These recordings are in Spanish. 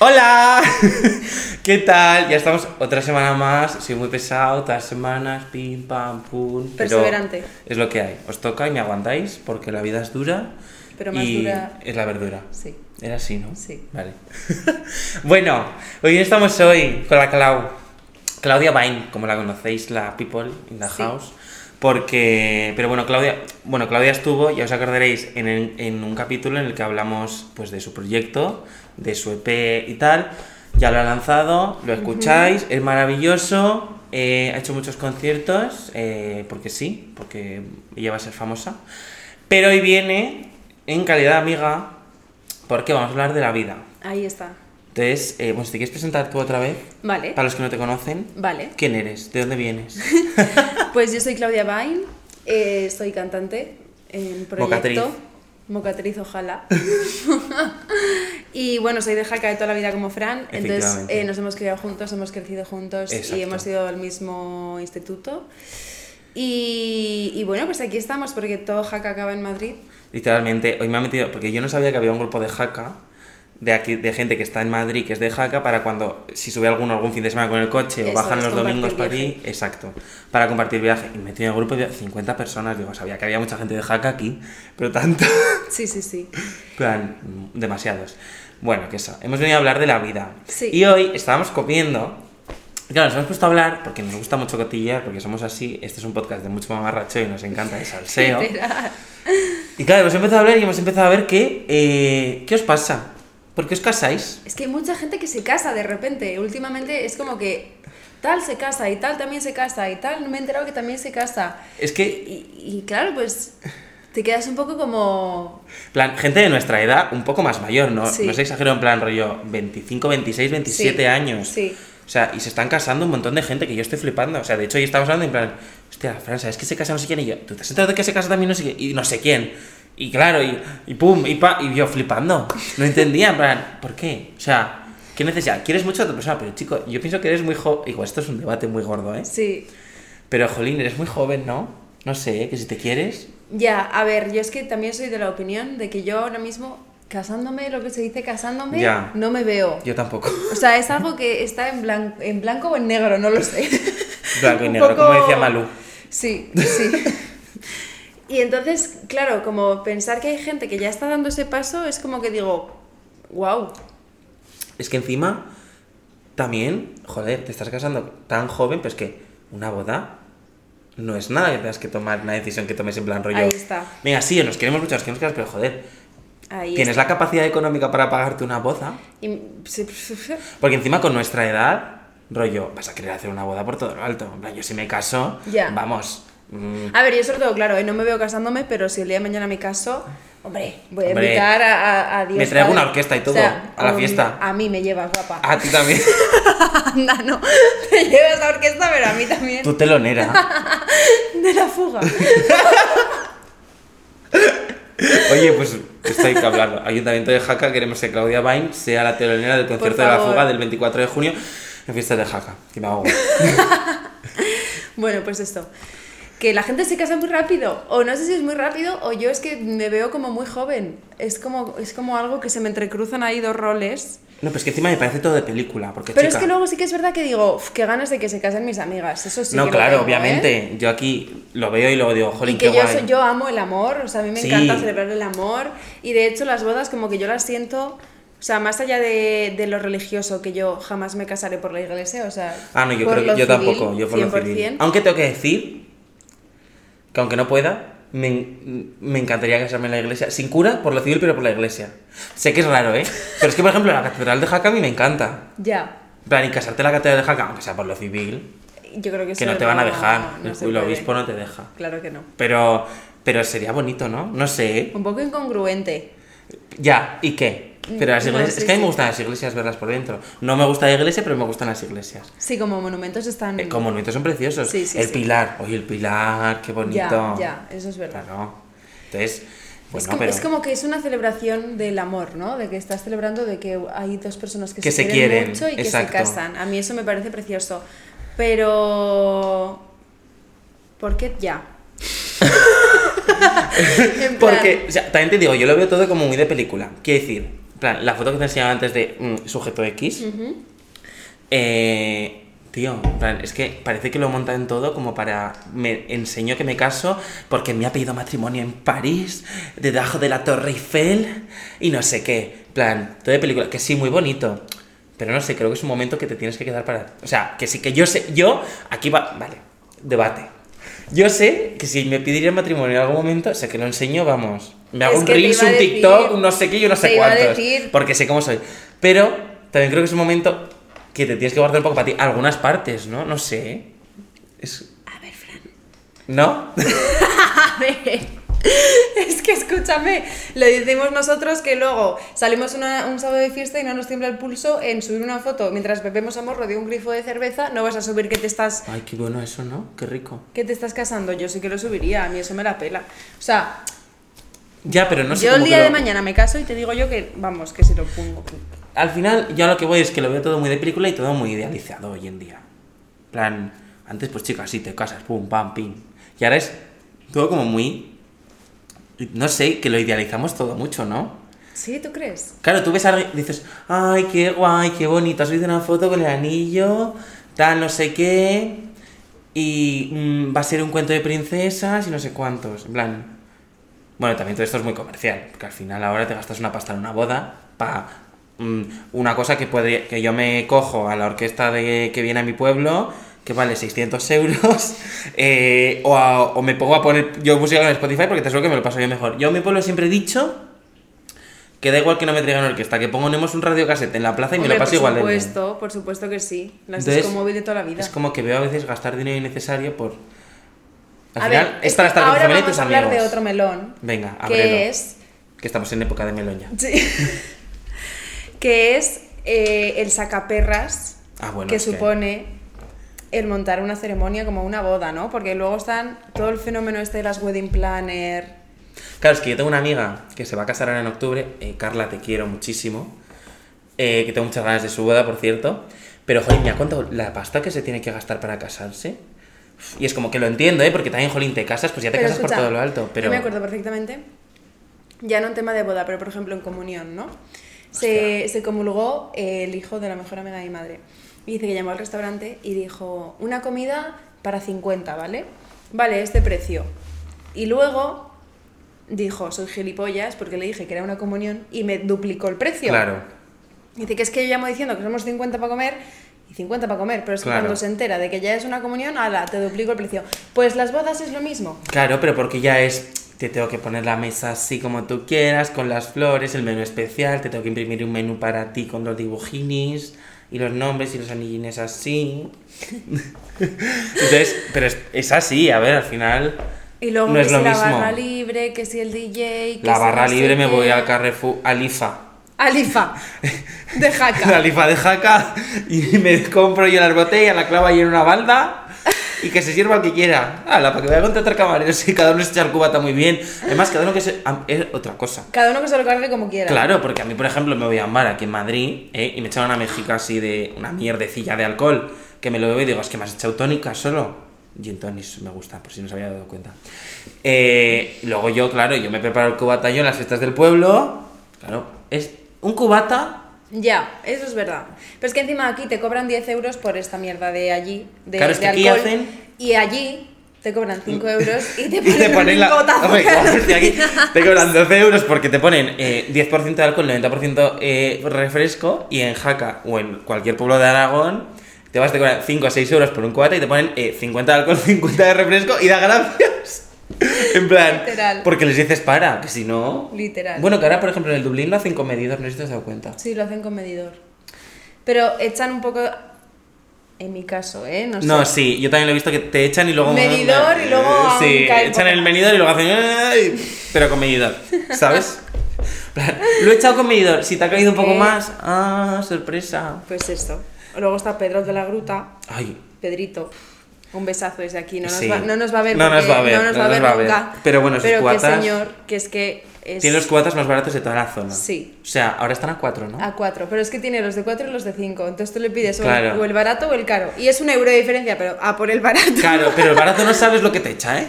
Hola, ¿qué tal? Ya estamos otra semana más, soy muy pesado, otras semanas, pim, pam, pum. pero Perseverante. Es lo que hay, os toca y me aguantáis porque la vida es dura. Pero más y dura- Es la verdura. Sí. Era así, ¿no? Sí. Vale. bueno, hoy estamos hoy con la Clau. Claudia Bain, como la conocéis, la People in the Sí. House. Porque. Pero bueno, Claudia. Bueno, Claudia estuvo, ya os acordaréis, en, el- en un capítulo en el que hablamos pues de su proyecto, de su EP y tal. Ya lo ha lanzado, lo escucháis, es maravilloso. eh, ha hecho muchos conciertos, eh, porque sí, porque ella va a ser famosa. Pero hoy viene en calidad amiga, porque vamos a hablar de la vida. Ahí está. Entonces, eh, bueno, si te quieres presentar tú otra vez, Vale. para los que no te conocen, Vale. ¿quién eres? ¿De dónde vienes? Pues yo soy Claudia Bain, eh, soy cantante en proyecto. Mocatriz. Mocatriz, ojalá. y bueno, soy de Jaca de toda la vida como Fran, entonces Efectivamente. eh, nos hemos criado juntos, hemos crecido juntos Exacto. y hemos ido al mismo instituto. Y, y bueno, pues aquí estamos porque todo Jaca acaba en Madrid. Literalmente, hoy me ha metido, porque yo no sabía que había un grupo de jaca, de aquí, de gente que está en Madrid, que es de jaca, para cuando, si sube alguno algún fin de semana con el coche o Eso bajan es, los compartir domingos para aquí, exacto, para compartir viaje. Y me metí en el grupo de 50 personas, digo, sabía que había mucha gente de jaca aquí, pero tanto, Sí, sí, sí. plan, mm, demasiados. Bueno, que eso, hemos venido a hablar de la vida. Sí. Y hoy estábamos comiendo. y Claro, nos hemos puesto a hablar porque nos gusta mucho cotillar, porque somos así. Este es un podcast de mucho mamarracho y nos encanta el salseo. Literal. Y claro, hemos empezado a hablar y hemos empezado a ver que. eh, ¿Qué os pasa? ¿Por qué os casáis? Es que hay mucha gente que se casa de repente. Últimamente es como que tal se casa y tal también se casa y tal. Me he enterado que también se casa. Es que, Y, y claro, pues te quedas un poco como... plan, gente de nuestra edad, un poco más mayor, ¿no? Sí. No se exagero en plan rollo 25, 26, 27 Sí, años. sí. O sea, y se están casando un montón de gente que yo estoy flipando. O sea, de hecho, hoy estamos hablando en plan, hostia, Fran, ¿sabes que se casa no sé quién? Y yo, ¿tú te has enterado de que se casa también no sé quién? Y no sé quién. Y claro, y, y pum, y pa, y yo flipando. No entendía, en plan, ¿por qué? O sea, ¿qué necesidad? ¿Quieres mucho a otra persona? Pero chico, yo pienso que eres muy joven. Igual, esto es un debate muy gordo, ¿eh? Sí. Pero, jolín, eres muy joven, ¿no? No sé, ¿eh? que si te quieres. Ya, a ver, yo es que también soy de la opinión de que yo ahora mismo casándome, lo que se dice casándome, Ya. no me veo. Yo tampoco. O sea, es algo que está en, blan- en blanco o en negro, no lo sé. Blanco y Un negro, como decía Malú. Sí, sí. Y entonces, claro, como pensar que hay gente que ya está dando ese paso, es como que digo, wow, Es que encima, también, joder, te estás casando tan joven, pero es que una boda no es nada que tengas que tomar una decisión que tomes en plan rollo. Ahí está. Venga, sí, nos queremos mucho, nos queremos casar, pero joder, ahí ¿tienes está. la capacidad económica para pagarte una boda? Y- sí, Porque encima con nuestra edad, rollo, vas a querer hacer una boda por todo lo alto. En plan, yo si me caso, Ya. vamos. mm, A ver, yo sobre todo, claro, eh, no me veo casándome, pero si el día de mañana me caso, hombre, voy a Hombre, invitar a, a, a Dios. me traigo padre. una orquesta y todo, a la um, fiesta. Ah. A mí me llevas, guapa. a ti también. Anda, no. Te llevas la orquesta, pero a mí también. tu telonera. De la fuga. Oye, pues esto hay que hablarlo. Ayuntamiento de Jaca, queremos que Claudia Bain sea la telonera del concierto de la favor. fuga del 24 de junio en fiestas de Jaca. Que me ahogo. Bueno, pues esto. Que la gente se casa muy rápido. O no sé si es muy rápido, o yo es que me veo como muy joven. Es como, es como algo que se me entrecruzan ahí dos roles. No, pero es que encima me parece todo de película, porque Pero chica, es que luego sí que es verdad que digo, "Uf, qué ganas de que se casen mis amigas. Eso sí. no, que lo claro, tengo, ¿eh? obviamente. Yo aquí lo veo y luego digo, jolín, Y que qué yo, guay. soy- yo amo el amor, o sea, a mí me Sí. encanta celebrar el amor. Y de hecho las bodas como que yo las siento, o sea, más allá de, de lo religioso, que yo jamás me casaré por la iglesia, o sea... Ah, no, yo por creo lo que yo civil, tampoco, yo por lo civil. 100%. Aunque tengo que decir que aunque no pueda, me, en- me encantaría casarme en la iglesia. Sin cura, por lo civil, pero por la iglesia. Sé que es raro, ¿eh? Pero es que, por ejemplo, la catedral de Jaca a mí me encanta. Ya, En plan, y casarte en la catedral de Jaca, aunque sea por lo civil, yo creo que que eso no te van a dejar. no el, se el puede. obispo no te deja. Claro que no. Pero, pero sería bonito, ¿no? No sé. ¿eh? Un poco incongruente. Ya, ¿y qué? Pero las Mm, No, iglesias. sí, es que a mí me sí. gustan las iglesias verlas por dentro. No me gusta la iglesia, pero me gustan las iglesias. Sí, como monumentos están... Eh, Como monumentos son preciosos. Mm. Sí, sí, el sí. pilar. Oye, el pilar, qué bonito. Ya, ya, eso es verdad. Claro. Entonces, bueno, es, como, pero. es como que es una celebración del amor, ¿no? De que estás celebrando de que hay dos personas que, Que se se, quieren, quieren, mucho y exacto. que se casan. A mí eso me parece precioso. Pero... ¿Por qué ya? En plan, Porque, o sea, también te digo, yo lo veo todo como muy de película. Quiero decir, en plan, la foto que te enseñaba antes de mm, sujeto X, Ujú. eh, tío, en plan, es que parece que lo montan todo como para. Me enseñó que me caso porque me ha pedido matrimonio en París, debajo de la Torre Eiffel y no sé qué. En plan, todo de película, que sí, muy bonito. Pero no sé, creo que es un momento que te tienes que quedar para. O sea, que sí, que yo sé. Yo, aquí va. Vale, debate. Yo sé que si me pidiera matrimonio en algún momento, o sea, que lo enseño, vamos. Me hago Es un que te Reels, iba a un decir- TikTok, un no sé qué, yo no sé te iba a cuántos. decir- Porque sé cómo soy. Pero también creo que es un momento que te tienes que guardar un poco para ti. Algunas partes, ¿no? No sé. Es... A ver, Fran. ¿No? A ver. Es que escúchame, lo decimos nosotros que luego salimos una- un sábado de fiesta y no nos tiembla el pulso en subir una foto mientras bebemos a morro de un grifo de cerveza, no vas a subir que te estás Ay, qué bueno eso, ¿no? Qué rico. que te estás casando, yo sí que lo subiría, a mí eso me la pela. O sea, Ya, pero no sé yo el cómo día que de lo- mañana me caso y te digo yo que vamos, que si lo pongo. Al final, yo a lo que voy es que lo veo todo muy de película y todo muy idealizado hoy en día. En plan, antes pues chicas, sí, te casas, pum, pam, pim. Y ahora es todo como muy... No sé, que lo idealizamos todo mucho, ¿no? ¿Sí, tú crees? Claro, tú ves a alguien y dices, ay, qué guay, qué bonito, has subido una foto con el anillo, tal, no sé qué, y mm, va a ser un cuento de princesas y no sé cuántos, en plan... Bueno, también todo esto es muy comercial, porque al final ahora te gastas una pasta en una boda para una cosa que, puede, que yo me cojo a la orquesta de, que viene a mi pueblo, que vale 600 euros, eh, o, a- o me pongo a poner yo música en Spotify porque te aseguro que me lo paso yo mejor. Yo en mi pueblo siempre he dicho que da igual que no me traigan orquesta, que ponemos un radiocasete en la plaza y me Hombre, lo paso por igual de bien. supuesto, por supuesto que sí. Las Entonces, disco móvil de toda la vida. Es como que veo a veces gastar dinero innecesario por... Al A final, ver, es para que estar con tu ahora familia y vamos tus a hablar amigos. de otro melón, Venga, ábrelo. que es Que estamos en época de meloña. Sí. que es eh, el sacaperras Ah, bueno. que es supone el montar una ceremonia como una boda, ¿no? Porque luego están todo el fenómeno este de las wedding planner. Claro, es que yo tengo una amiga que se va a casar ahora en octubre. eh, Carla, te quiero muchísimo. eh, que tengo muchas ganas de su boda, por cierto. Pero, jolín, me ha contado la pasta que se tiene que gastar para casarse. Y es como que lo entiendo, ¿eh? Porque también, jolín, te casas, pues ya te casas escucha, por todo lo alto. Pero Yo me acuerdo perfectamente. Ya no en tema de boda, pero por ejemplo en comunión, ¿no? Se, se comulgó eh, el hijo de la mejor amiga de mi madre. Y dice que llamó al restaurante y dijo, una comida para 50, ¿vale? Vale, este precio. Y luego dijo, soy gilipollas porque le dije que era una comunión y me duplicó el precio. Claro. Dice que es que yo llamo diciendo que somos 50 para comer y 50 para comer, pero es que Claro. cuando se entera de que ya es una comunión, ala, te duplico el precio. Pues las bodas es lo mismo. Claro, pero porque ya es. Te tengo que poner la mesa así como tú quieras, con las flores, el menú especial, te tengo que imprimir un menú para ti con los dibujinis y los nombres y los anillines así. Entonces, pero es, es así, a ver, al final. Y luego No que es si lo la mismo. barra libre, que si el DJ, que La si barra no sé libre me qué. voy al Carrefour, al IFA. Al IFA, de Jaca. Al IFA de Jaca y me compro yo las botellas, la clava yo en una balda y que se sirva el que quiera. Ala, para que voy a contratar camareros y cada uno se echa el cubata muy bien. Además, cada uno que se. am- Es otra cosa. Cada uno que se lo cargue como quiera. Claro, porque a mí, por ejemplo, me voy a un bar aquí en Madrid ¿eh? y me echaron una mejica así de una mierdecilla de alcohol que me lo bebo y digo, es que me has echado tónica solo. Gin tonics me gusta, por si no se había dado cuenta. Eh, luego yo, claro, yo me preparo el cubata yo en las fiestas del pueblo. Claro, es un cubata. Ya, eso es verdad. Pero es que encima aquí te cobran 10 euros por esta mierda de allí, de, Claro, es de que aquí alcohol, hacen- Y allí te cobran 5 euros y te Y ponen, te ponen un la. lingotazo Hombre, cada como decía aquí, día. te cobran 12 euros porque te ponen eh, 10% de alcohol, 90% eh, refresco y en Jaca o en cualquier pueblo de Aragón te vas a cobrar 5 o 6 euros por un cubata y te ponen eh, 50 de alcohol, 50 de refresco y da gracias. En plan, Literal. porque les dices para, que si no. Literal. Bueno, que ahora, por ejemplo, en el Dublín lo hacen con medidas, no sé si te has dado cuenta. Sí, lo hacen con medidor. Pero echan un poco. En mi caso, ¿eh? No, sé. No, sí, yo también lo he visto que te echan y luego. Eh, Medidor y luego aún Sí, cae un echan poco el más. medidor y luego hacen. "Ay", Pero con medidor, ¿sabes? En plan, Lo he echado con medidor, si te ha caído un poco Eh. más. ¡Ah, sorpresa! Pues esto. Luego está Pedro de la Gruta, Ay. Pedrito. Un besazo desde aquí. No nos, Sí. va, no nos va a ver. No nos porque va a ver, No nos va a ver nunca. Pero bueno, sus Pero que cuatas- señor, que es que. Es Tiene los cubatas más baratos de toda la zona. Sí. O sea, ahora están a cuatro, ¿no? A cuatro. Pero es que tiene los de cuatro y los de cinco. Entonces tú le pides o el- Claro. o el barato o el caro. Y es un euro de diferencia, pero a por el barato. Claro, pero el barato no sabes lo que te echa, ¿eh?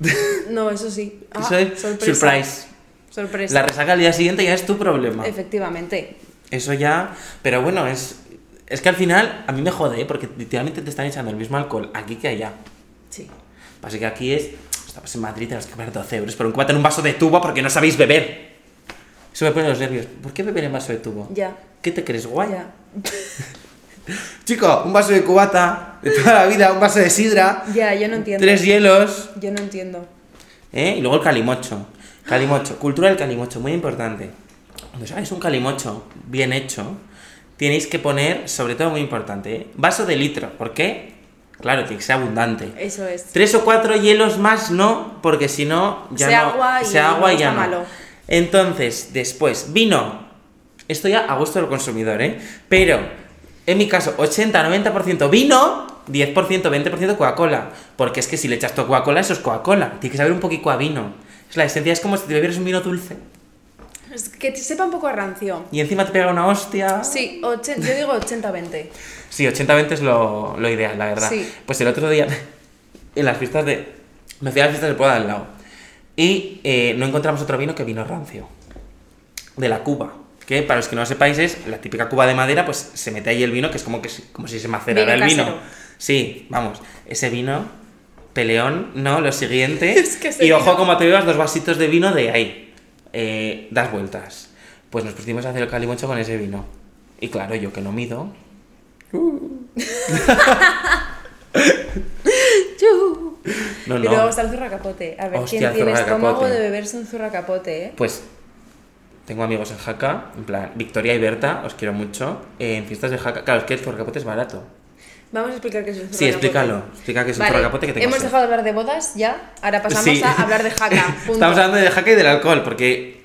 No, eso sí. Ah, Eso es sorpresa. surprise. Sorpresa. La resaca al día siguiente ya es tu problema. Efectivamente. Eso ya. Pero bueno, es. Es que al final a mí me jode, ¿eh? porque literalmente te están echando el mismo alcohol aquí que allá. Sí. Así que aquí es. Estamos en Madrid, tenemos que pagar 12 euros por un cuate en un vaso de tubo porque no sabéis beber. Eso me pone los nervios. ¿Por qué beber en vaso de tubo? Ya. ¿Qué te crees, guay? Ya. Chico, un vaso de cubata de toda la vida, un vaso de sidra, Ya, yo no entiendo. tres hielos, Yo no entiendo. ¿eh? Y luego el calimocho. Calimocho, cultura del calimocho, muy importante. Cuando sabes un calimocho bien hecho, tenéis que poner, sobre todo muy importante, ¿eh? vaso de litro. ¿Por qué? Claro, tiene que ser abundante. Eso es. Tres o cuatro hielos más no, porque si no, ya Sea no- agua y sea agua no ya está no. malo. Entonces, después, vino. Esto ya a gusto del consumidor, ¿eh? Pero, en mi caso, 80-90% vino, 10%, 20% Coca-Cola. Porque es que si le echas tu Coca-Cola, eso es Coca-Cola. Tiene que saber un poquito a vino. Es la esencia es como si te bebieras un vino dulce Es que te sepa un poco a rancio. y encima te pega una hostia. Sí, ochen- yo digo 80-20. Sí, 80-20 es lo, lo ideal, la verdad. Sí. Pues el otro día, en las fiestas de. Me fui a las fiestas del pueblo de al lado. Y eh, no encontramos otro vino que vino rancio. De la Cuba. Que para los que no lo sepáis es la típica Cuba de madera, pues se mete ahí el vino, que es como, que, si- como si se macerara Vino el vino. casero. Sí, vamos. Ese vino, peleón, ¿no? Lo siguiente. Es que ese y ojo vino- como te bebas dos vasitos de vino de ahí. Eh, das vueltas. Pues nos pusimos a hacer el calimocho con ese vino. Y claro, yo que no mido, Yuhu. No, Y luego no. está el zurracapote. A ver Hostia, quién tiene zurracapote. estómago de beberse un zurracapote, ¿eh? Pues tengo amigos en Jaca, en plan, Victoria y Berta, os quiero mucho. eh, en fiestas de Jaca, claro, es que el zorcapote es barato. Vamos a explicar qué es un zurracapote. Sí, explícalo. Explica que es un Vale, zorcapote que tengo Hemos sed. dejado de hablar de bodas ya. Ahora pasamos Sí. a hablar de jaca. punto. Estamos hablando de Jaca y del alcohol, porque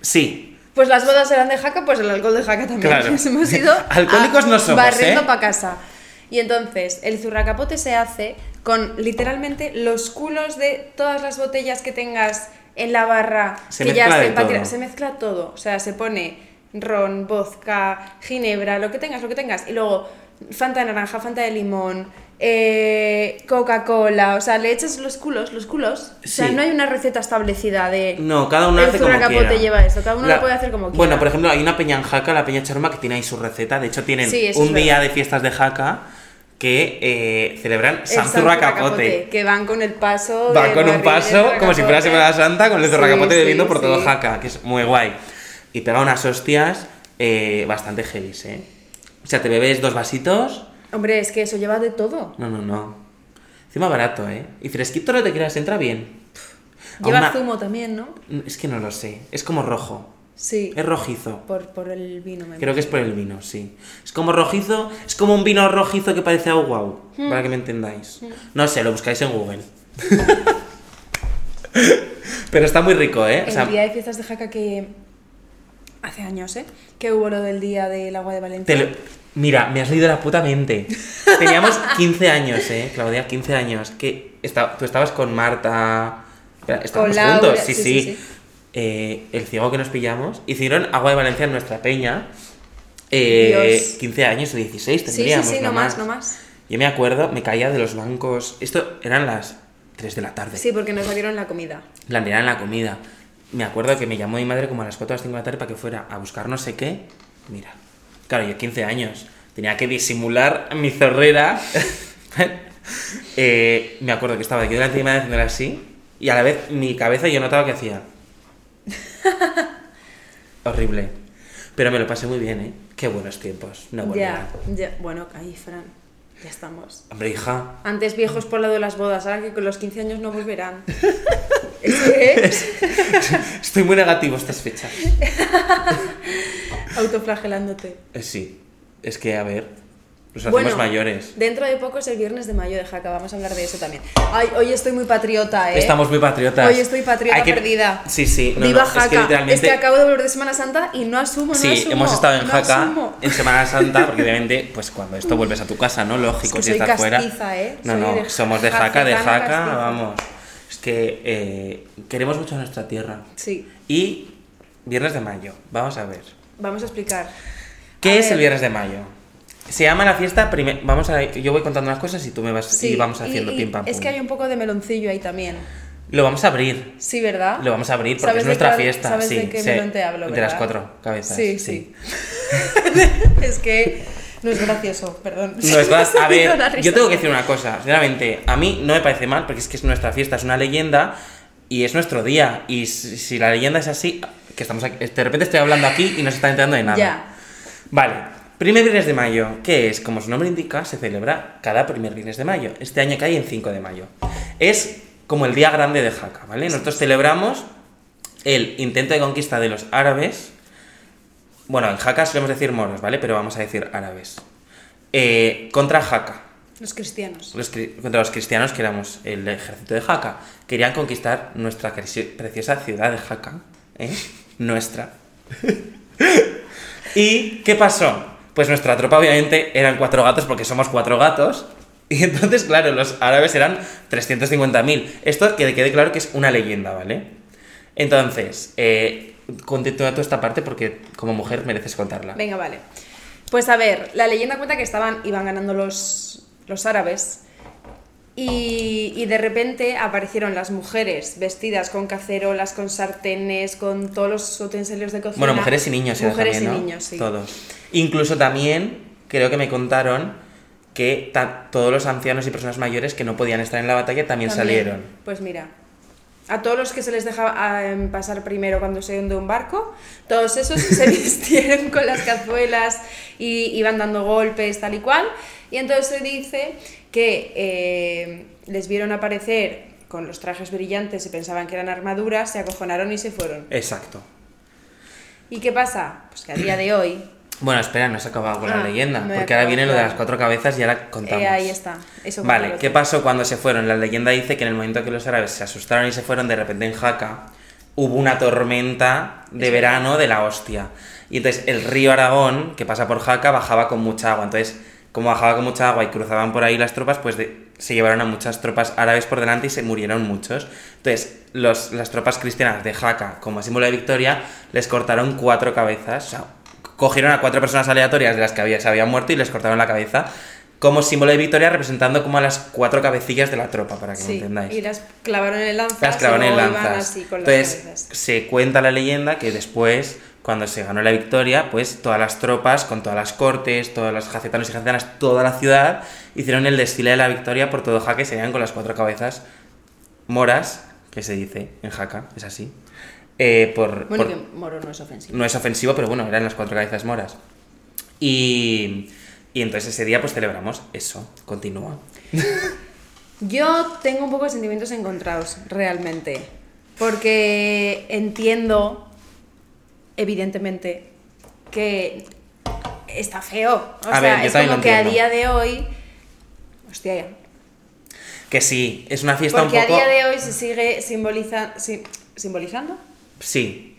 sí. Pues las bodas eran de jaca, pues el alcohol de jaca también. Claro. Nos hemos ido Alcohólicos a- no somos, barriendo ¿eh? para casa. Y entonces, el zurracapote se hace con literalmente los culos de todas las botellas que tengas en la barra. Se que mezcla de estén pa- todo. Se mezcla todo. O sea, se pone ron, vodka, ginebra, lo que tengas, lo que tengas. Y luego, fanta de naranja, fanta de limón, eh, Coca-Cola. O sea, le echas los culos, los culos. O sea, Sí. no hay una receta establecida de... No, cada uno El hace como zorracapote quiera. lleva esto, cada uno lo puede hacer como Bueno, quiera. por ejemplo, hay una peña en Jaca, la peña Charma, que tiene ahí su receta. De hecho, tienen Sí, eso es un día verdad. de fiestas de Jaca que eh, celebran El San San Zurracapote. Que van con el paso. Va de con un barril del paso, como si fuera Semana Zurracapote. Santa, con el Sí, zorracapote sí, bebiendo por todo sí. jaca, que es muy guay. Y pega unas hostias eh, bastante heavy, ¿eh? O sea, te bebes dos vasitos. Hombre, es que eso lleva de todo. No, no, no. Encima barato, ¿eh? Y fresquito no te creas, entra bien. A Lleva una- zumo también, ¿no? Es que no lo sé. Es como rojo. Sí. Es rojizo. Por, por el vino, me Er- Creo que es por el vino, sí. Es como rojizo, es como un vino rojizo que parece agua, Hmm. para que me entendáis. No sé, lo buscáis en Google. Pero está muy rico, ¿eh? O El sea, día de fiestas de Jaca que. Hace años, ¿eh? Que hubo lo del día del agua de Valencia. Te lo- Mira, me has leído la puta mente. Teníamos 15 años, ¿eh? Claudia, 15 años. Que esta- tú estabas con Marta. Espera, Estábamos Laura, juntos, sí, sí. sí, sí, sí. Eh, el ciego que nos pillamos. Hicieron Agua de Valencia en nuestra peña. Eh, Dios. 15 años o 16 Sí, sí, tendríamos. sí, no más, no más. Yo me acuerdo, me caía de los bancos. Esto eran las 3 de la tarde. Sí, porque nos dieron la comida. En plan, era en la comida. Me acuerdo que me llamó mi madre como a las 4 o las 5 de la tarde para que fuera a buscar no sé qué. Mira, claro, yo 15 años. Tenía que disimular mi zorrera. Eh, me acuerdo que estaba aquí delante de mi madre haciéndola así. Y a la vez mi cabeza yo notaba que hacía. Horrible. Pero me lo pasé muy bien, ¿eh? Qué buenos tiempos. No volverán. ya, ya. Bueno, ahí, Fran. Ya estamos. Hombre, hija. Antes viejos por lado de las bodas, ahora que con los 15 años no volverán. es que. Estoy muy negativo estas fechas. Autoflagelándote. Eh, Sí. Es que, a ver. Nos hacemos Bueno, mayores. Dentro de poco es el viernes de mayo de Jaca, vamos a hablar de eso también. Ay, hoy estoy muy patriota, ¿eh? Estamos muy patriotas. Hoy estoy patriota Hay que- perdida. Sí, sí. No, Viva no, Jaca. Este Es que literalmente... acabo de volver de Semana Santa y no asumo, no Sí, asumo. hemos estado en no Jaca asumo. en Semana Santa, porque obviamente, pues cuando esto vuelves a tu casa, ¿no? Lógico, Es que si soy estás fuera. castiza, ¿eh? No, Soy no, de somos de Jaca, de jacetana Jaca, castiza. vamos. Es que eh, queremos mucho nuestra tierra. Sí, Y viernes de mayo, vamos a ver. vamos a explicar. ¿Qué A es el ver. viernes de mayo? Se llama la fiesta prime- Vamos a... Yo voy contando las cosas y tú me vas... Sí, y vamos haciendo y- pim pam pum. Es que hay un poco de meloncillo ahí también. Lo vamos a abrir. Sí, ¿verdad? Lo vamos a abrir porque ¿Sabes es de nuestra cuál- fiesta. sabes sí, de qué sí. melón te hablo, De verdad? las cuatro cabezas. Sí, sí. es que no es gracioso, perdón. No es más, a Me dio la ver, risa. yo tengo que decir una cosa, sinceramente, a mí no me parece mal porque es que es nuestra fiesta, es una leyenda y es nuestro día y si, si la leyenda es así, que estamos aquí, de repente estoy hablando aquí y no se está enterando de nada. Ya. Vale, primer viernes de mayo, que es, como su nombre indica, se celebra cada primer viernes de mayo. Este año cae en 5 de mayo. Es como el día grande de Jaca, ¿vale? Nosotros celebramos el intento de conquista de los árabes. Bueno, en Jaca solemos decir moros, ¿vale? Pero vamos a decir árabes. Eh, contra Jaca. Los cristianos. Los cri- contra los cristianos, que éramos el ejército de Jaca. Querían conquistar nuestra preci- preciosa ciudad de Jaca. ¿eh? Nuestra. ¿Y qué pasó? Pues nuestra tropa, obviamente, eran cuatro gatos porque somos cuatro gatos. Y entonces, claro, los árabes eran 350.000. Esto que quede claro que es una leyenda, ¿vale? Entonces, eh, continúa tú esta parte porque como mujer mereces contarla. Venga, vale. Pues a ver, la leyenda cuenta que estaban, iban ganando los, los árabes y, y de repente aparecieron las mujeres vestidas con cacerolas, con sartenes, con todos los utensilios de cocina. Bueno, mujeres y niños era Mujeres también, y ¿no? niños, sí. Todos. Incluso también, creo que me contaron que ta- todos los ancianos y personas mayores que no podían estar en la batalla también, También, salieron. Pues mira, a todos los que se les dejaba ah, em, pasar primero cuando se iban de un barco, todos esos se vistieron con las cazuelas y iban dando golpes tal y cual. Y entonces se dice que eh, les vieron aparecer con los trajes brillantes y pensaban que eran armaduras, se acojonaron y se fueron. Exacto. ¿Y qué pasa? Pues que a día de hoy, Bueno, espera, no se ha acabado con Ah, la leyenda, no he porque ahora acabado, viene lo de claro. las cuatro cabezas y ahora eh, contamos. ahí está. Eso Vale, cuéntalo ¿qué tú. pasó cuando se fueron? La leyenda dice que en el momento que los árabes se asustaron y se fueron, de repente en Jaca hubo una tormenta de verano de la hostia. Y entonces el río Aragón, que pasa por Jaca, bajaba con mucha agua. Entonces, como bajaba con mucha agua y cruzaban por ahí las tropas, pues de- se llevaron a muchas tropas árabes por delante y se murieron muchos. Entonces, los- las tropas cristianas de Jaca, como símbolo de victoria, les cortaron cuatro cabezas. O sea, cogieron a cuatro personas aleatorias de las que había, se habían muerto y les cortaron la cabeza como símbolo de victoria, representando como a las cuatro cabecillas de la tropa, para que Sí, me entendáis. y las clavaron en lanzas. Las clavaron y en luego iban lanzas. así con las Entonces, cabezas. se cuenta la leyenda que después, cuando se ganó la victoria, pues todas las tropas, con todas las cortes, todas las jacetanos y jacetanas, toda la ciudad, hicieron el desfile de la victoria por todo Jaca y se veían con las cuatro cabezas moras, que se dice en Jaca, es así. eh, por, Bueno, por- que moro no es ofensivo. no es ofensivo, pero bueno, eran las cuatro cabezas moras. Y, y entonces ese día pues celebramos eso, continúa. Yo tengo un poco de sentimientos encontrados, realmente. Porque entiendo, evidentemente, que está feo. O A sea, ver, yo es también como lo que a entiendo. día de hoy. Hostia, ya. Que sí, es una fiesta Porque un poco... a día de hoy se sigue simboliza, sim- simbolizando Sí,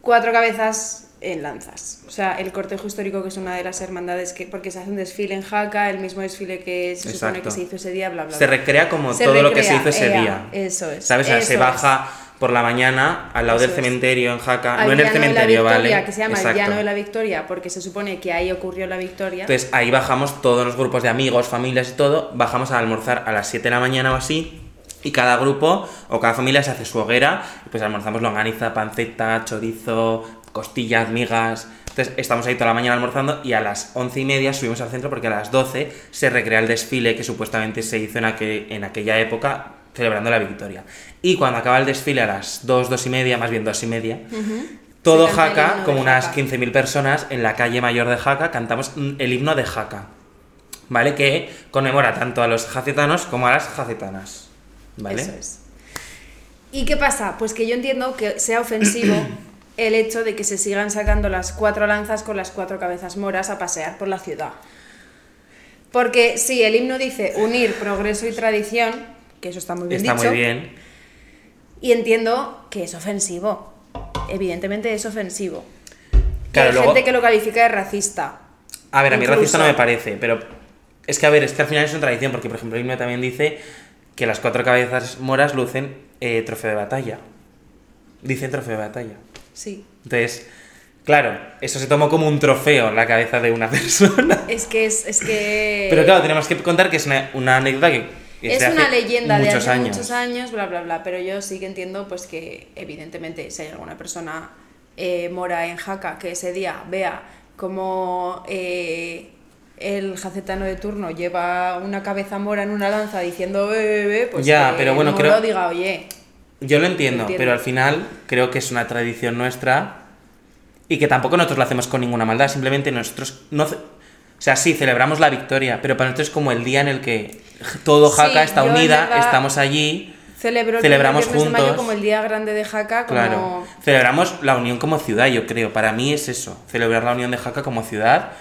cuatro cabezas en lanzas. O sea, el cortejo histórico, que es una de las hermandades, que, porque se hace un desfile en Jaca, el mismo desfile que se supone que Exacto. se hizo ese día, bla, bla, se bla. recrea como Se todo lo que se recrea, hizo ese ea, día. eso es, ¿Sabes? O sea, eso se es. baja por la mañana al lado Eso del es. cementerio en Jaca. al Ah, no en el llano de la cementerio, victoria, ¿vale? Que se llama el Exacto. Llano de la Victoria, porque se supone que ahí ocurrió la victoria. Entonces ahí bajamos todos los grupos de amigos, familias y todo, bajamos a almorzar a las 7 de la mañana o así. Y cada grupo o cada familia se hace su hoguera, y pues almorzamos longaniza, panceta, chorizo, costillas, migas. Entonces estamos ahí toda la mañana almorzando y a las once y media subimos al centro porque a las 12 se recrea el desfile que supuestamente se hizo en, aquel- en aquella época celebrando la victoria. Y cuando acaba el desfile a las 2, 2 y media, más bien 2 y media, todo Se canta el himno Jaca, de como unas Jaca. 15.000 personas en la calle mayor de Jaca, cantamos mm, el himno de Jaca, ¿vale? Que conmemora tanto a los jacetanos como a las jacetanas, ¿vale? Eso es. ¿Y qué pasa? Pues que yo entiendo que sea ofensivo el hecho de que se sigan sacando las cuatro lanzas con las cuatro cabezas moras a pasear por la ciudad. Porque sí, el himno dice unir progreso y tradición, que eso está muy bien Está dicho, muy bien. y entiendo que es ofensivo. Evidentemente es ofensivo. Y Claro, hay luego- gente que lo califica de racista. A ver, a mí Incluso- racista no me parece, pero es que a ver, es que al final es una tradición, porque por ejemplo el himno también dice que las cuatro cabezas moras lucen eh, trofeo de batalla. Dicen trofeo de batalla. Sí, Entonces, claro, eso se tomó como un trofeo en la cabeza de una persona. es que es, es que... Pero claro, tenemos que contar que es una, una anécdota que desde es una hace leyenda de muchos hace años. muchos años, bla, bla, bla. Pero yo sí que entiendo pues que evidentemente si hay alguna persona eh, mora en Jaca que ese día vea como eh, el jacetano de turno lleva una cabeza mora en una lanza diciendo bebé, pues Ya, que pero bueno, el creo- moro diga, oye, Yo lo entiendo, Entiendo. pero al final creo que es una tradición nuestra y que tampoco nosotros lo hacemos con ninguna maldad, simplemente nosotros no ce- o sea, sí, celebramos la victoria, pero para nosotros es como el día en el que todo Sí, Jaca está yo en unida, verdad- estamos allí, celebro el Celebramos primer viernes de mayo juntos. como el día grande de Jaca, como... claro. Celebramos la unión como ciudad, yo creo, para mí es eso, celebrar la unión de Jaca como ciudad,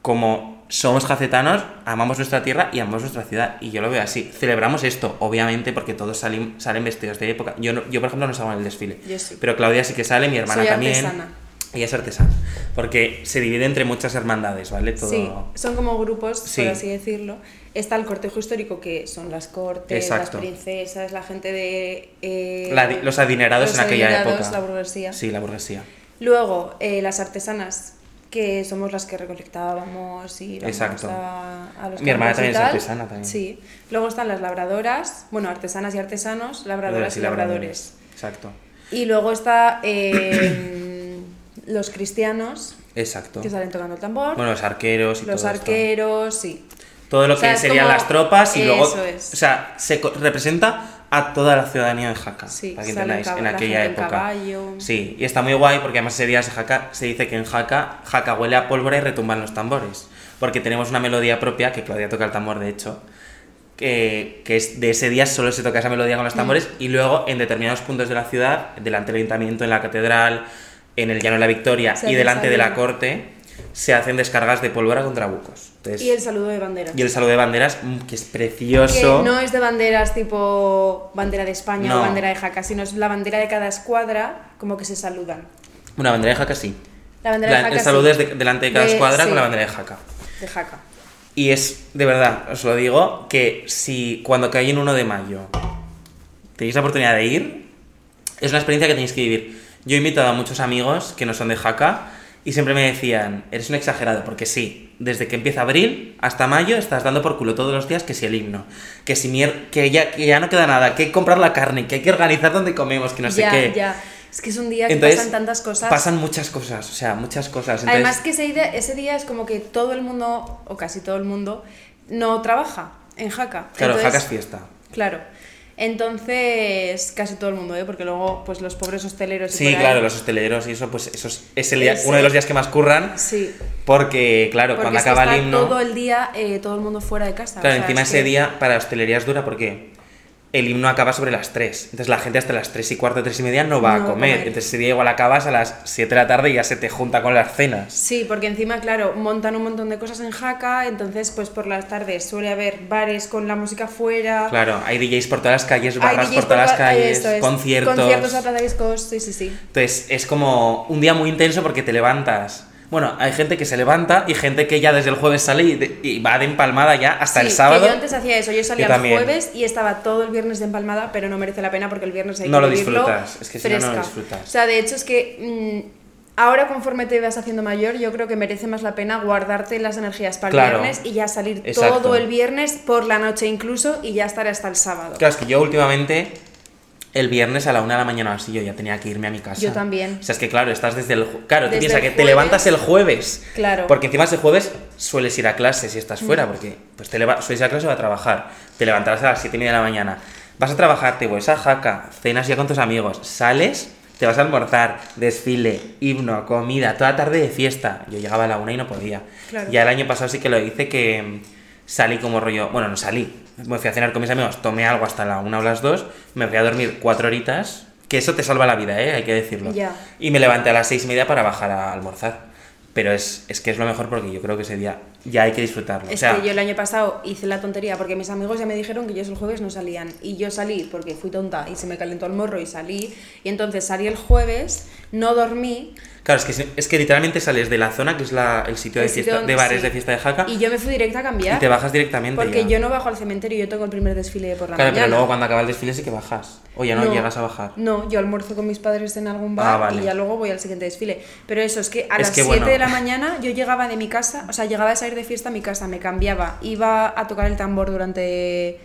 como somos jacetanos, amamos nuestra tierra y amamos nuestra ciudad, y yo lo veo así. Celebramos esto, obviamente, porque todos salim- salen vestidos de época. Yo, no- yo por ejemplo, no salgo en el desfile. Yo sí. Pero Claudia sí que sale, mi hermana Soy también. artesana. Ella es artesana. Porque se divide entre muchas hermandades, ¿vale? Todo. Sí, son como grupos, Sí. por así decirlo. Está el cortejo histórico, que son las cortes, Exacto. las princesas, la gente de... eh, La di- los adinerados los en aquella adinerados, época. la burguesía. Sí, la burguesía. Luego, eh, las artesanas, que somos las que recolectábamos y íbamos Exacto. a, a los Mi hermana campos y también es tal. artesana también. Sí. Luego están las labradoras, bueno, artesanas y artesanos, labradoras y labradores. Exacto. Y luego está eh, los cristianos, Exacto. que salen tocando el tambor. Bueno, los arqueros y los todo esto. arqueros, sí. Todo lo O sea, que es serían como- las tropas y luego. Eso es. O sea, se co- representa a toda la ciudadanía de Jaca. Sí, para que sale entendáis, cab- en la aquella gente en época. caballo. Sí, y está muy guay porque además ese día se, Jaca, se dice que en Jaca, Jaca huele a pólvora y retumban los tambores. Porque tenemos una melodía propia, que Claudia toca el tambor de hecho, que, que es de ese día solo se toca esa melodía Mm. con los tambores y luego en determinados puntos de la ciudad, delante del ayuntamiento, en la catedral, en el Llano de la Victoria Se y hace delante de la saliva. corte, se hacen descargas de pólvora contra bucos. Entonces, Y el saludo de banderas. y el saludo de banderas, mm, que es que precioso. no es de banderas tipo bandera de España No. o bandera de Jaca, sino es la bandera de cada escuadra, como que se saludan. Una bandera de jaca, sí. La bandera de La- Jaca. el saludo sí, es de- delante de cada De- escuadra sí. con la bandera de jaca. de Jaca. Y es, de verdad, os lo digo, que si cuando cae en 1 de mayo tenéis la oportunidad de ir, es una experiencia que tenéis que vivir. Yo he invitado a muchos amigos que no son de Jaca y siempre me decían, eres un exagerado, porque sí, desde que empieza abril hasta mayo estás dando por culo todos los días que si el himno, que si mier que ya, que ya no queda nada, que hay que comprar la carne, que hay que organizar dónde comemos, que no sé ya, qué. ya. Es que es un día que Entonces, pasan tantas cosas. Pasan muchas cosas, o sea, muchas cosas. Entonces, Además que ese día, ese día es como que todo el mundo, o casi todo el mundo, no trabaja en Jaca. claro, Entonces, Jaca es fiesta. Claro. Entonces, casi todo el mundo, ¿eh? porque luego, pues los pobres hosteleros. y Sí, por ahí- claro, los hosteleros y eso, pues eso es, es el día- Ese- uno de los días que más curran, Sí. porque, claro, Porque cuando es que acaba el está himno. todo el día eh, todo el mundo fuera de casa. Claro, o sea, encima es ese que- día para hostelería es dura porque el himno acaba sobre las 3. Entonces la gente hasta las 3 y cuarto, 3 y media no va No a va a comer. comer. Entonces ese día igual acabas a las 7 de la tarde y ya se te junta con las cenas. Sí, porque encima, claro, montan un montón de cosas en Jaca, entonces pues por las tardes suele haber bares con la música fuera. Claro, hay DJs por todas las calles, Ah. hay barras DJs por todas las toda- eh, calles, esto es, conciertos. Conciertos a plaza discos, sí, sí, sí. Entonces es como un día muy intenso porque te levantas. Bueno, hay gente que se levanta y gente que ya desde el jueves sale y, de- y va de empalmada ya hasta Sí, el sábado. Que yo antes hacía eso, yo salía Yo el también. jueves y estaba todo el viernes de empalmada, pero no merece la pena porque el viernes hay que No lo vivirlo disfrutas, es que si no, no lo fresca. disfrutas. O sea, de hecho es que mm, ahora conforme te vas haciendo mayor, yo creo que merece más la pena guardarte las energías para Claro. el viernes y ya salir Exacto. todo el viernes por la noche incluso y ya estar hasta el sábado. Claro, es que yo últimamente, el viernes a la una de la mañana o así, yo ya tenía que irme a mi casa. Yo también. O sea, es que claro, estás desde el... ju- Claro, tú Desde piensas el que te jueves. levantas el jueves. Claro. Porque encima ese jueves sueles ir a clase si Mm. estás fuera, porque pues te leva- sueles ir a clase o a trabajar. Te levantarás a las siete y media de la mañana. Vas a trabajar, te vuelves a jaca, cenas ya con tus amigos, sales, te vas a almorzar, desfile, himno, comida, toda tarde de fiesta. Yo llegaba a la una y no podía. Claro. Ya el año pasado sí que lo hice que mm, salí como rollo, bueno, no salí, me fui a cenar con mis amigos, tomé algo hasta la una o las dos, me fui a dormir cuatro horitas, que eso te salva la vida, ¿eh? hay que decirlo. Ya. Y me levanté a las seis y media para bajar a almorzar. Pero es, es que es lo mejor porque yo creo que ese día ya hay que disfrutarlo. o Es sea, que yo el año pasado hice la tontería porque mis amigos ya me dijeron que ellos el jueves no salían. Y yo salí porque fui tonta y se me calentó el morro y salí. Y entonces salí el jueves, no dormí. Claro, es que, es que literalmente sales de la zona, que es la- el sitio de, el sitio fiesta, donde- de bares Pues sí. de fiesta de jaca, Y y, yo me fui directa a cambiar. te bajas directamente. porque ya. yo no bajo al cementerio, yo tengo el primer desfile por la Claro, mañana. pero luego cuando acaba el desfile sí que bajas. O ya no, llegas a bajar. No, yo almuerzo con mis padres en algún bar Ah, vale. y ya luego voy al siguiente desfile. Pero eso, es que a Es las que, 7 bueno. de la mañana yo llegaba de mi casa, o sea, llegaba a salir de fiesta a mi casa, me cambiaba, iba a tocar el tambor durante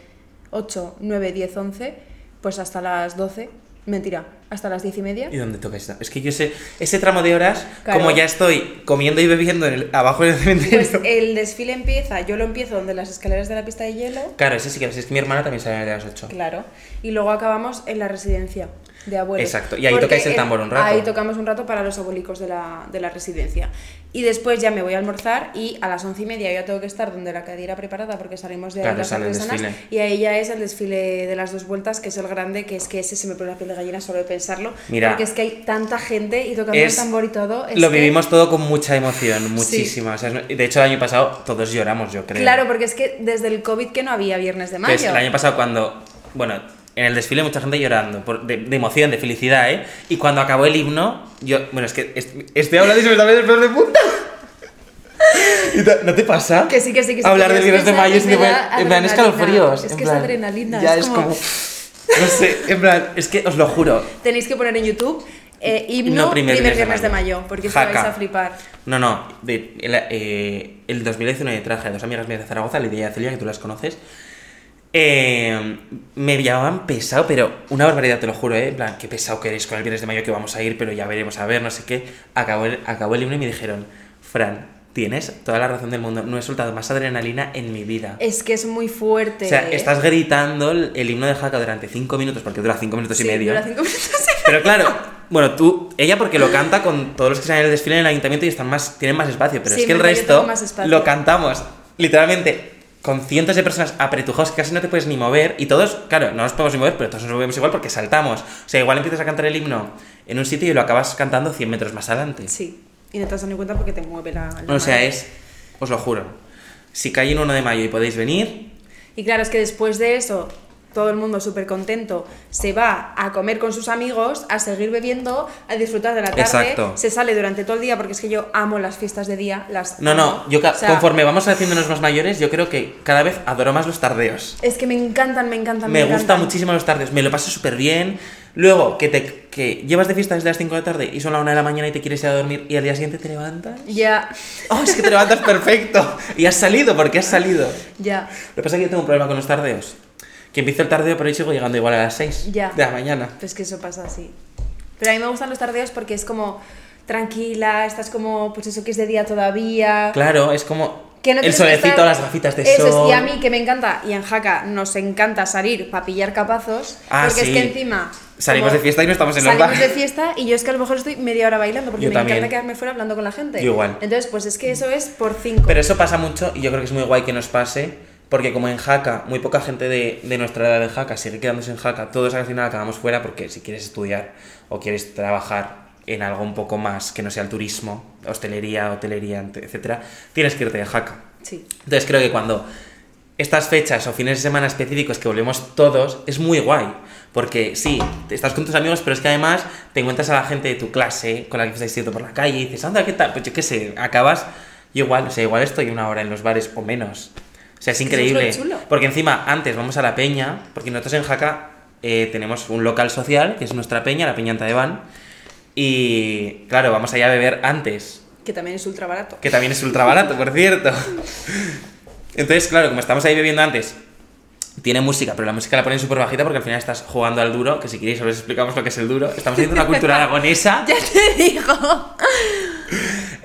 8, 9, 10, 11, pues hasta las 12, mentira, hasta las 10 y media. ¿Y dónde toca esta? Es que yo sé, ese tramo de horas, Claro. como ya estoy comiendo y bebiendo en el- abajo del cementerio. Pues el desfile empieza, yo lo empiezo donde las escaleras de la pista de hielo, Claro, ese sí que lo sé, es que mi hermana también sale a las 8. claro, y luego acabamos en la residencia de abuelos. Exacto, y ahí Porque tocáis el en- tambor un rato. Ahí tocamos un rato para los abuelicos de la, de la residencia. Y después ya me voy a almorzar y a las once y media ya tengo que estar donde la cadera preparada porque salimos de ahí Claro, las sale el artesanas desfile. y ahí ya es el desfile de las dos vueltas que es el grande, que es que ese se me pone la piel de gallina solo de pensarlo, Mira. porque es que hay tanta gente y tocando el Es- tambor y todo. es Lo que- vivimos todo con mucha emoción, muchísima. O sea, es- de hecho, el año pasado todos lloramos, yo creo. Claro, porque es que desde el COVID que no había viernes de mayo. Entonces, Pues el año pasado cuando, bueno, en el desfile mucha gente llorando, por- de, de emoción, de felicidad, ¿eh? Y cuando acabó el himno, yo, bueno, es que est- estoy hablando y se me está viendo el peor de punta. Y ta- ¿No te pasa? Que sí, que sí, que sí. Hablar que del yo viernes de pensaba mayo que y se te me pone- da en plan adrenalina. escalofríos. Es en que plan, es adrenalina. Ya es es como... No sé, en plan, es que os lo juro, Tenéis que poner en YouTube eh, himno No, primer, viernes de mayo, porque es que Jaca. vais a flipar. No, no. de- el, eh, el 2019 traje a dos amigas mías de Zaragoza, Lidia y a Celia, que tú las conoces. Eh, me llamaban pesado, pero una barbaridad, te lo juro, ¿eh? En plan, qué pesado que eres con el viernes de mayo que vamos a ir, pero ya veremos, a ver, no sé qué. Acabó el, acabó el himno y me dijeron, Fran, tienes toda la razón del mundo, no he soltado más adrenalina en mi vida. Es que es muy fuerte. o sea, ¿eh? estás gritando el, el himno de Jaca durante 5 minutos, porque dura 5 minutos Sí, y medio. dura cinco minutos. Pero claro, bueno, tú, ella porque lo canta con todos los que están en el desfile en el ayuntamiento y están más, tienen más espacio, pero Sí, es que el verdad, yo resto tengo más espacio. lo cantamos literalmente con cientos de personas apretujados que casi no te puedes ni mover y todos, claro, no nos podemos ni mover, pero todos nos movemos igual porque saltamos. O sea, igual empiezas a cantar el himno en un sitio y lo acabas cantando 100 metros más adelante. Sí, y no te has dado ni cuenta porque te mueve la. la Bueno, o sea, mano. es, os lo juro, si cae en 1 de mayo y podéis venir, Y claro, es que después de eso, todo el mundo súper contento, se va a comer con sus amigos, a seguir bebiendo, a disfrutar de la tarde. Exacto. Se sale durante todo el día, porque es que yo amo las fiestas de día. Las no, amo. no, yo ca- O sea, conforme vamos haciéndonos más mayores, yo creo que cada vez adoro más los tardeos. Es que me encantan, me encantan. Me gusta encantan. muchísimo los tardes, me lo paso súper bien. Luego, que te que llevas de fiesta desde las 5 de la tarde y son las 1 de la mañana y te quieres ir a dormir y al día siguiente te levantas. Ya, ¡Oh, es que te levantas perfecto! Y has salido, porque has salido. ya. Lo que pasa es que yo tengo un problema con los tardeos. Que empiezo el tardeo, pero hoy sigo llegando igual a las 6 Ya. de la mañana. Pues que eso pasa así. Pero a mí me gustan los tardeos porque es como tranquila, estás como, pues eso que es de día todavía. Claro, es como Que no el tienes que solecito, estar- las gafitas de Eso es, sol. y a mí que me encanta, y en Jaca nos encanta salir para pillar capazos, Ah, porque sí. es que encima... Salimos como de fiesta y no estamos en los Salimos bares. de fiesta y yo es que a lo mejor estoy media hora bailando, porque Yo me también. encanta quedarme fuera hablando con la gente. Yo igual. Entonces, pues es que eso es por cinco. Pero eso pasa mucho y yo creo que es muy guay que nos pase, porque como en Jaca, muy poca gente de, de nuestra edad en Jaca sigue quedándose en Jaca, todos al final acabamos fuera porque si quieres estudiar o quieres trabajar en algo un poco más que no sea el turismo, hostelería, hotelería, ent- etcétera, tienes que irte de Jaca. Sí. Entonces creo que cuando estas fechas o fines de semana específicos que volvemos todos, es muy guay. Porque sí, te- estás con tus amigos, pero es que además te encuentras a la gente de tu clase con la que estás yendo por la calle y dices, anda, ¿qué tal? Pues yo qué sé, acabas. Yo igual, o sea, igual estoy una hora en los bares o menos. O sea, es que eso es lo increíble. chulo. Porque encima, antes vamos a la peña, porque nosotros en Jaca eh, tenemos un local social, que es nuestra peña, la Peñanta de Van. Y claro, vamos allá a beber antes Que también es ultra barato. que también es ultra barato, por cierto. Entonces, claro, como estamos ahí bebiendo antes, tiene música, pero la música la ponen súper bajita porque al final estás jugando al duro, que si queréis os explicamos lo que es el duro. Estamos haciendo una cultura aragonesa. Ya te digo.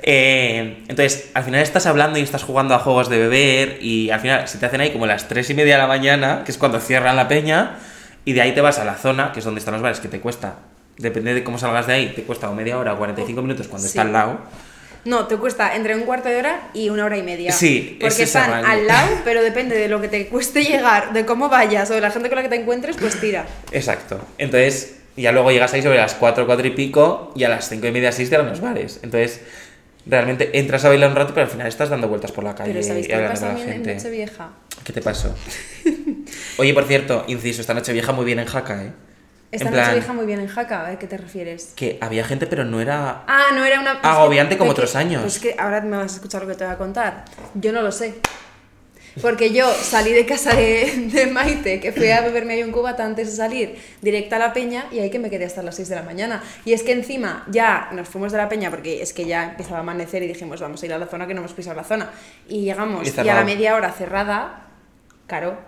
Eh, entonces, al final estás hablando y estás jugando a juegos de beber y al final se te hacen ahí como las 3 y media de la mañana, que es cuando cierran la peña, y de ahí te vas a la zona, que es donde están los bares, que te cuesta, depende de cómo salgas de ahí, te cuesta o media hora o 45 minutos cuando Sí. está al lado. No, te cuesta entre un cuarto de hora y una hora y media. Sí, es Porque esa están vaina. al lado, pero depende de lo que te cueste llegar, de cómo vayas o de la gente con la que te encuentres, pues tira. Exacto. Entonces, ya luego llegas ahí sobre las 4, 4 y pico y a las 5 y media, 6 eran los bares. Entonces, realmente entras a bailar un rato, pero al final estás dando vueltas por la calle Pero ¿sabéis y qué me hablando pasa a con la mí en gente. Nochevieja? ¿Qué te pasó? Oye, por cierto, inciso, esta noche vieja muy bien en Jaca, ¿eh? Esta en plan, Nochevieja muy bien en Jaca, ¿a qué te refieres? que había gente, pero no era... Ah, no era una... Agobiante como es que- otros años. Pues que ahora me vas a escuchar lo que te voy a contar. Yo no lo sé. Porque yo salí de casa de, de Maite, que fui a beberme ahí un cubata antes de salir, directa a la peña, y ahí que me quedé hasta las 6 de la mañana. Y es que encima ya nos fuimos de la peña porque es que ya empezaba a amanecer y dijimos, vamos a ir a la zona que no hemos pisado la zona. Y llegamos Y y, a la cerrado. media hora cerrada, claro.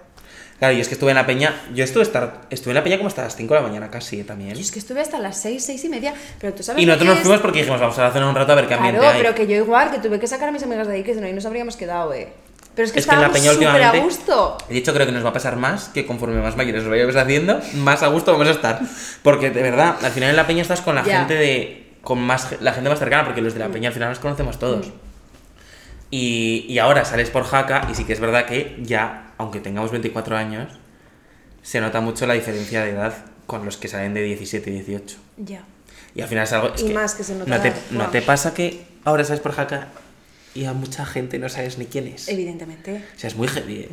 Claro, yo es que estuve en la peña, yo estuve, estar, estuve en la peña como hasta las 5 de la mañana casi eh, también. Yo es que estuve hasta las 6, 6 y media, pero tú sabes Y lo nosotros que nos es- fuimos porque dijimos, vamos a la zona un rato a ver qué ambiente Claro, hay. pero que yo igual, que tuve que sacar a mis amigas de ahí, que si no, ahí nos habríamos quedado, eh. Pero es que Es que en la estábamos peña súper a últimamente. gusto. De hecho, creo que nos va a pasar más que conforme más mayores os vayáis haciendo, más a gusto vamos a estar. Porque de verdad, al final en la peña estás con la Ya. Mm. gente de. con más ge- la gente más cercana, porque los de la peña al final nos conocemos todos. Y, y ahora sales por jaca, y sí que es verdad que ya, aunque tengamos 24 años, se nota mucho la diferencia de edad con los que salen de 17 y 18. Ya. Y al final es algo. es Y más que se nota No te, la- no Buah. te pasa que ahora sales por jaca y a mucha gente no sabes ni quién es. Evidentemente. O sea, es muy heavy, ¿eh?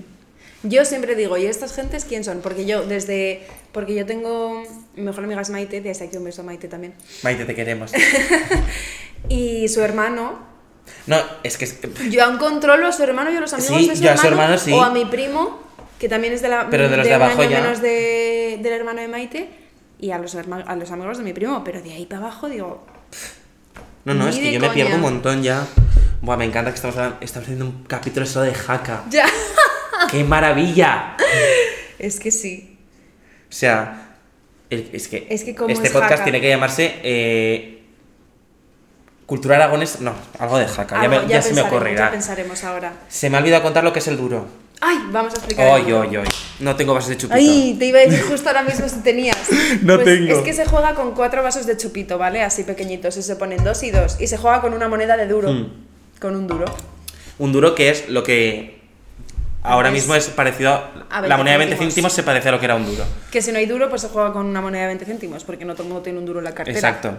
Yo siempre digo, ¿y estas gentes quién son? Porque yo, desde. Porque yo tengo. Mi mejor amiga es Maite, desde aquí un beso a Maite también. Maite, te queremos. Y su hermano. No, es que. es- Yo aún controlo a su hermano y a los amigos Sí, de su yo a hermano. su hermano sí. O a mi primo, que también es de la. Pero de los de un abajo año ya. menos de- del hermano de Maite. Y a los, herma- a los amigos de mi primo. Pero de ahí para abajo digo. No, no, Ni es que de yo me coña. pierdo un montón ya. Buah, me encanta que estamos, hablando- estamos haciendo un capítulo solo de jaca. Ya. ¡Qué maravilla! Es que sí. O sea, el- es que, Es que como este es podcast jaca. tiene que llamarse eh, Cultura Aragones. No, algo de jaca. ya Algo, me- ya se me pensaremos, Ya ocurrirá. pensaremos ahora. Se me ha olvidado contar lo que es el duro. Ay, vamos a explicar. el Hoy, juego. hoy, hoy. No tengo vasos de chupito. Ay, te iba a decir justo ahora mismo si tenías. No Pues tengo. Es que se juega con cuatro vasos de chupito, ¿vale? Así pequeñitos. Y se ponen dos y dos. Y se juega con una moneda de duro. Mm. Con un duro. Un duro que es lo que ahora Es- mismo es parecido a. a la moneda de 20 20 céntimos céntimos se parece a lo que era un duro. Que si no hay duro, pues se juega con una moneda de 20 céntimos. Porque no todo el mundo tiene un duro en la cartera. Exacto.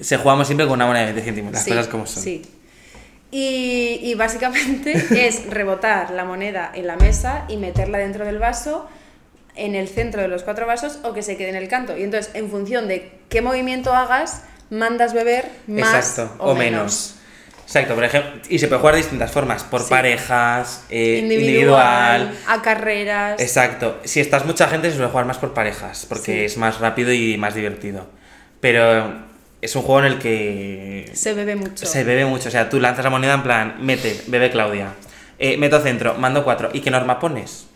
Se jugamos siempre con una moneda de 20 céntimos, las Sí, cosas como son. Sí. Y, y básicamente es rebotar la moneda en la mesa y meterla dentro del vaso, en el centro de los cuatro vasos o que se quede en el canto. Y entonces, en función de qué movimiento hagas, mandas beber más Exacto, o, menos. Exacto, por ejemplo, y se puede jugar de distintas formas, por Sí. parejas, eh, Individual, individual. a carreras. Exacto, si estás mucha gente se suele jugar más por parejas, porque Sí. es más rápido y más divertido. Pero es un juego en el que Se bebe mucho. se bebe mucho, o sea, tú lanzas la moneda en plan, mete, bebe Claudia, eh, meto centro, mando cuatro, ¿y qué norma pones?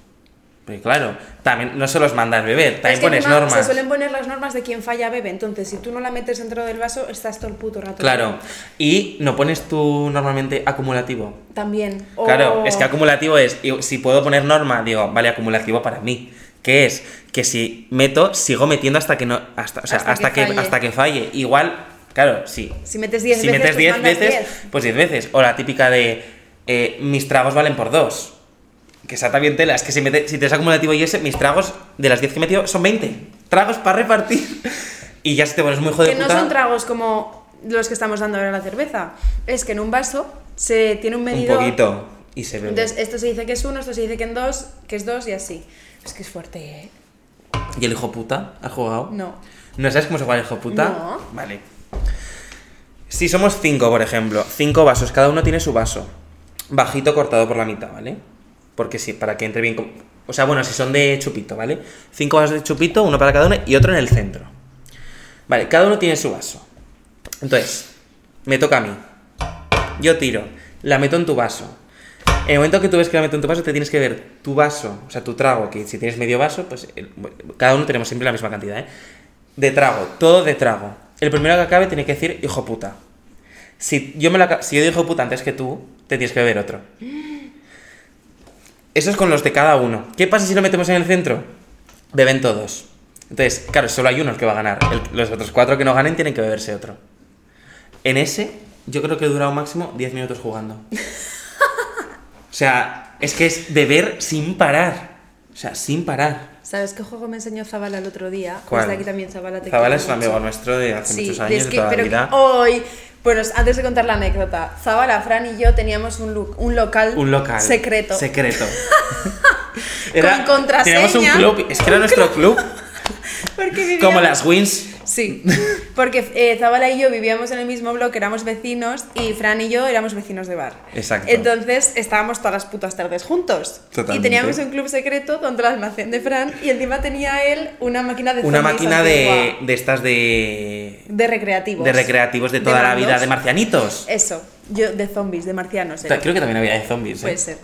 Porque claro, también no solo es mandar beber, Pero es también que pones encima normas. Se suelen poner las normas de quien falla bebe. Entonces, si tú no la metes dentro del vaso, estás todo el puto rato. Claro, y no pones tú normalmente acumulativo. Oh. También. O- Claro, es que acumulativo es, y si puedo poner norma, digo, vale, acumulativo para mí. Que es que si meto, sigo metiendo hasta que no. Hasta, o sea, Hasta hasta, que que, falle. hasta que falle. Igual, claro, sí. Si metes 10 si veces, metes pues 10 mandas veces, 10. pues 10 veces. O la típica de eh, mis tragos valen por dos. Que esa también tela. Es que si, mete, si te es acumulativo y ese, mis tragos de las 10 que he metido son 20. Tragos para repartir. Y ya si te pones muy jodido. que no son tragos como los que estamos dando ahora a la cerveza. Es que en un vaso se tiene un Un medidor. poquito. Y se ve. Entonces, esto se dice que es uno, esto se dice que en dos, que es dos y así. Es que es fuerte, ¿eh? ¿Y el hijo puta ha jugado? No. ¿No sabes cómo se juega el hijo puta? No. Vale. Si somos cinco, por ejemplo, cinco vasos, cada uno tiene su vaso. Bajito cortado por la mitad, ¿vale? Porque sí, para que entre bien. con- O sea, bueno, si son de chupito, ¿vale? Cinco vasos de chupito, uno para cada uno y otro en el centro. Vale, cada uno tiene su vaso. Entonces, me toca a mí. Yo tiro, la meto en tu vaso. En el momento que tú ves que la meto en tu vaso, te tienes que ver tu vaso, o sea, tu trago, que si tienes medio vaso, pues el- cada uno tenemos siempre la misma cantidad, ¿eh? De trago, todo de trago. El primero que acabe tiene que decir hijo puta. Si yo, me la, si yo digo hijo puta antes que tú, te tienes que beber otro. Eso es con los de cada uno. ¿Qué pasa si lo metemos en el centro? Beben todos. Entonces, claro, solo hay uno el que va a ganar. El- los otros cuatro que no ganen tienen que beberse otro. En ese, yo creo que he durado máximo 10 minutos jugando. O sea, es que es beber sin parar. O sea, sin parar. ¿Sabes qué juego me enseñó Zabala el otro día? ¿Cuál? Desde Pues aquí también Zabala te Zabala quiero es un mucho. amigo nuestro de hace Sí, muchos de- años, es de que- toda la pero vida. hoy, bueno, antes de contar la anécdota, Zabala, Fran y yo teníamos un, lu- un local, Un local. oh, secreto. Secreto. Con contraseña. Teníamos un club. Es que era nuestro club. Porque vivíamos- Como las Wins. Sí, porque eh, Zabala y yo vivíamos en el mismo bloque, éramos vecinos y Fran y yo éramos vecinos de bar. Exacto. Entonces estábamos todas las putas tardes juntos. Totalmente. Y teníamos un club secreto donde el almacén de Fran y encima tenía él una máquina de Una zombies máquina de, antigua. de estas de. de recreativos. De recreativos de De toda la mandos. vida, de marcianitos. Eso, yo de zombies, de marcianos. era. Pues. Creo que también había de zombies. ¿eh? Puede ser.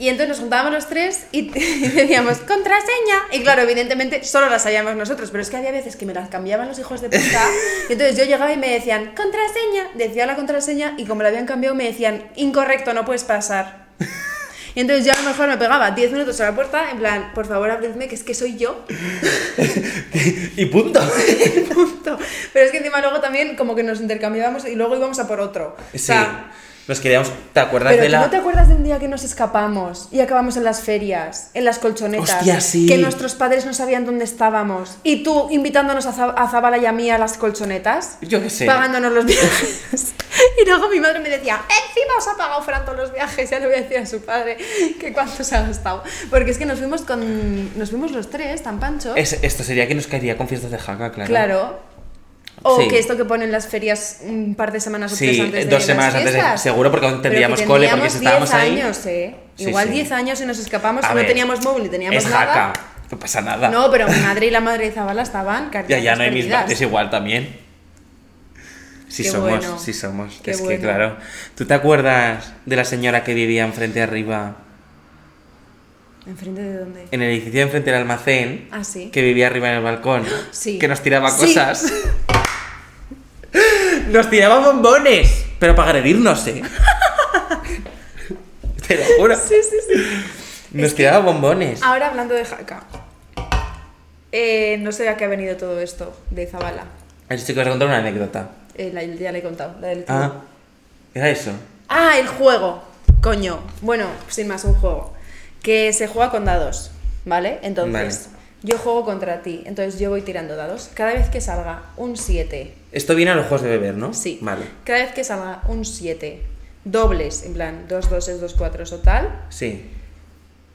Y entonces nos juntábamos los tres y, y decíamos, contraseña. Y claro, evidentemente solo la sabíamos nosotros, pero es que había veces que me las cambiaban los hijos de puta. Y entonces yo llegaba y me decían, contraseña. Decía la contraseña y como la habían cambiado me decían, incorrecto, no puedes pasar. Y entonces yo a lo mejor me pegaba 10 minutos a la puerta, en plan, por favor abridme, que es que soy yo. y punto. Punto. Pero es que encima luego también como que nos intercambiábamos y luego íbamos a por otro. O Sí. sea, Nos queríamos. ¿Te acuerdas pero de ¿tú la.? ¿no te acuerdas de un día que nos escapamos y acabamos en las ferias, en las colchonetas? Hostia, sí. Que nuestros padres no sabían dónde estábamos. Y tú invitándonos a, Za- a Zabala y a mí a las colchonetas. Yo qué sé. Pagándonos los viajes. Y luego mi madre me decía, encima os ha pagado Fran todos los viajes, ya le voy a decir a su padre que cuánto se ha gastado. Porque es que nos fuimos con. Nos fuimos los tres, tan pancho. Es- esto sería que nos caería con fiestas de jaca, claro. Claro. O Sí. que esto que ponen las ferias un par de semanas o tres Sí, antes de dos las semanas antes de- fiestas. seguro, porque aún Pero que tendríamos cole, porque si teníamos estábamos ahí- 10 años, ¿eh? Sí, Igual sí. 10 años y nos escapamos, A Pues no ver, teníamos móvil y teníamos Es nada. jaca. No pasa nada. No, pero mi madre y la madre de Zabala estaban ya, ya no hay mis perdidas. partes igual también. Sí Qué somos, bueno. sí somos. Qué es que bueno. claro. ¿Tú te acuerdas de la señora que vivía enfrente arriba? ¿Enfrente de dónde? En el edificio de enfrente del almacén. Ah, sí. Que vivía arriba en el balcón. Sí. Que nos tiraba Sí. cosas. Nos tiraba bombones. Pero para agredirnos, ¿eh? Te lo juro. Sí, Ah. sí, sí. Nos tiraba bombones. Ahora hablando de jaca. Eh, no sé a qué ha venido todo esto de Zabala. El chico os contar una anécdota. Eh, la- ya le he contado, la del tío. Ah, era eso. Ah, el juego. Coño. Bueno, sin más, un juego. Que se juega con dados, ¿vale? Entonces, yo juego contra ti. Entonces, yo voy tirando dados. Cada vez que salga un 7, Esto viene a los juegos de beber, ¿no? sí. Vale. Cada vez que salga un 7, dobles, en plan, dos doses, dos cuatros o tal, Sí.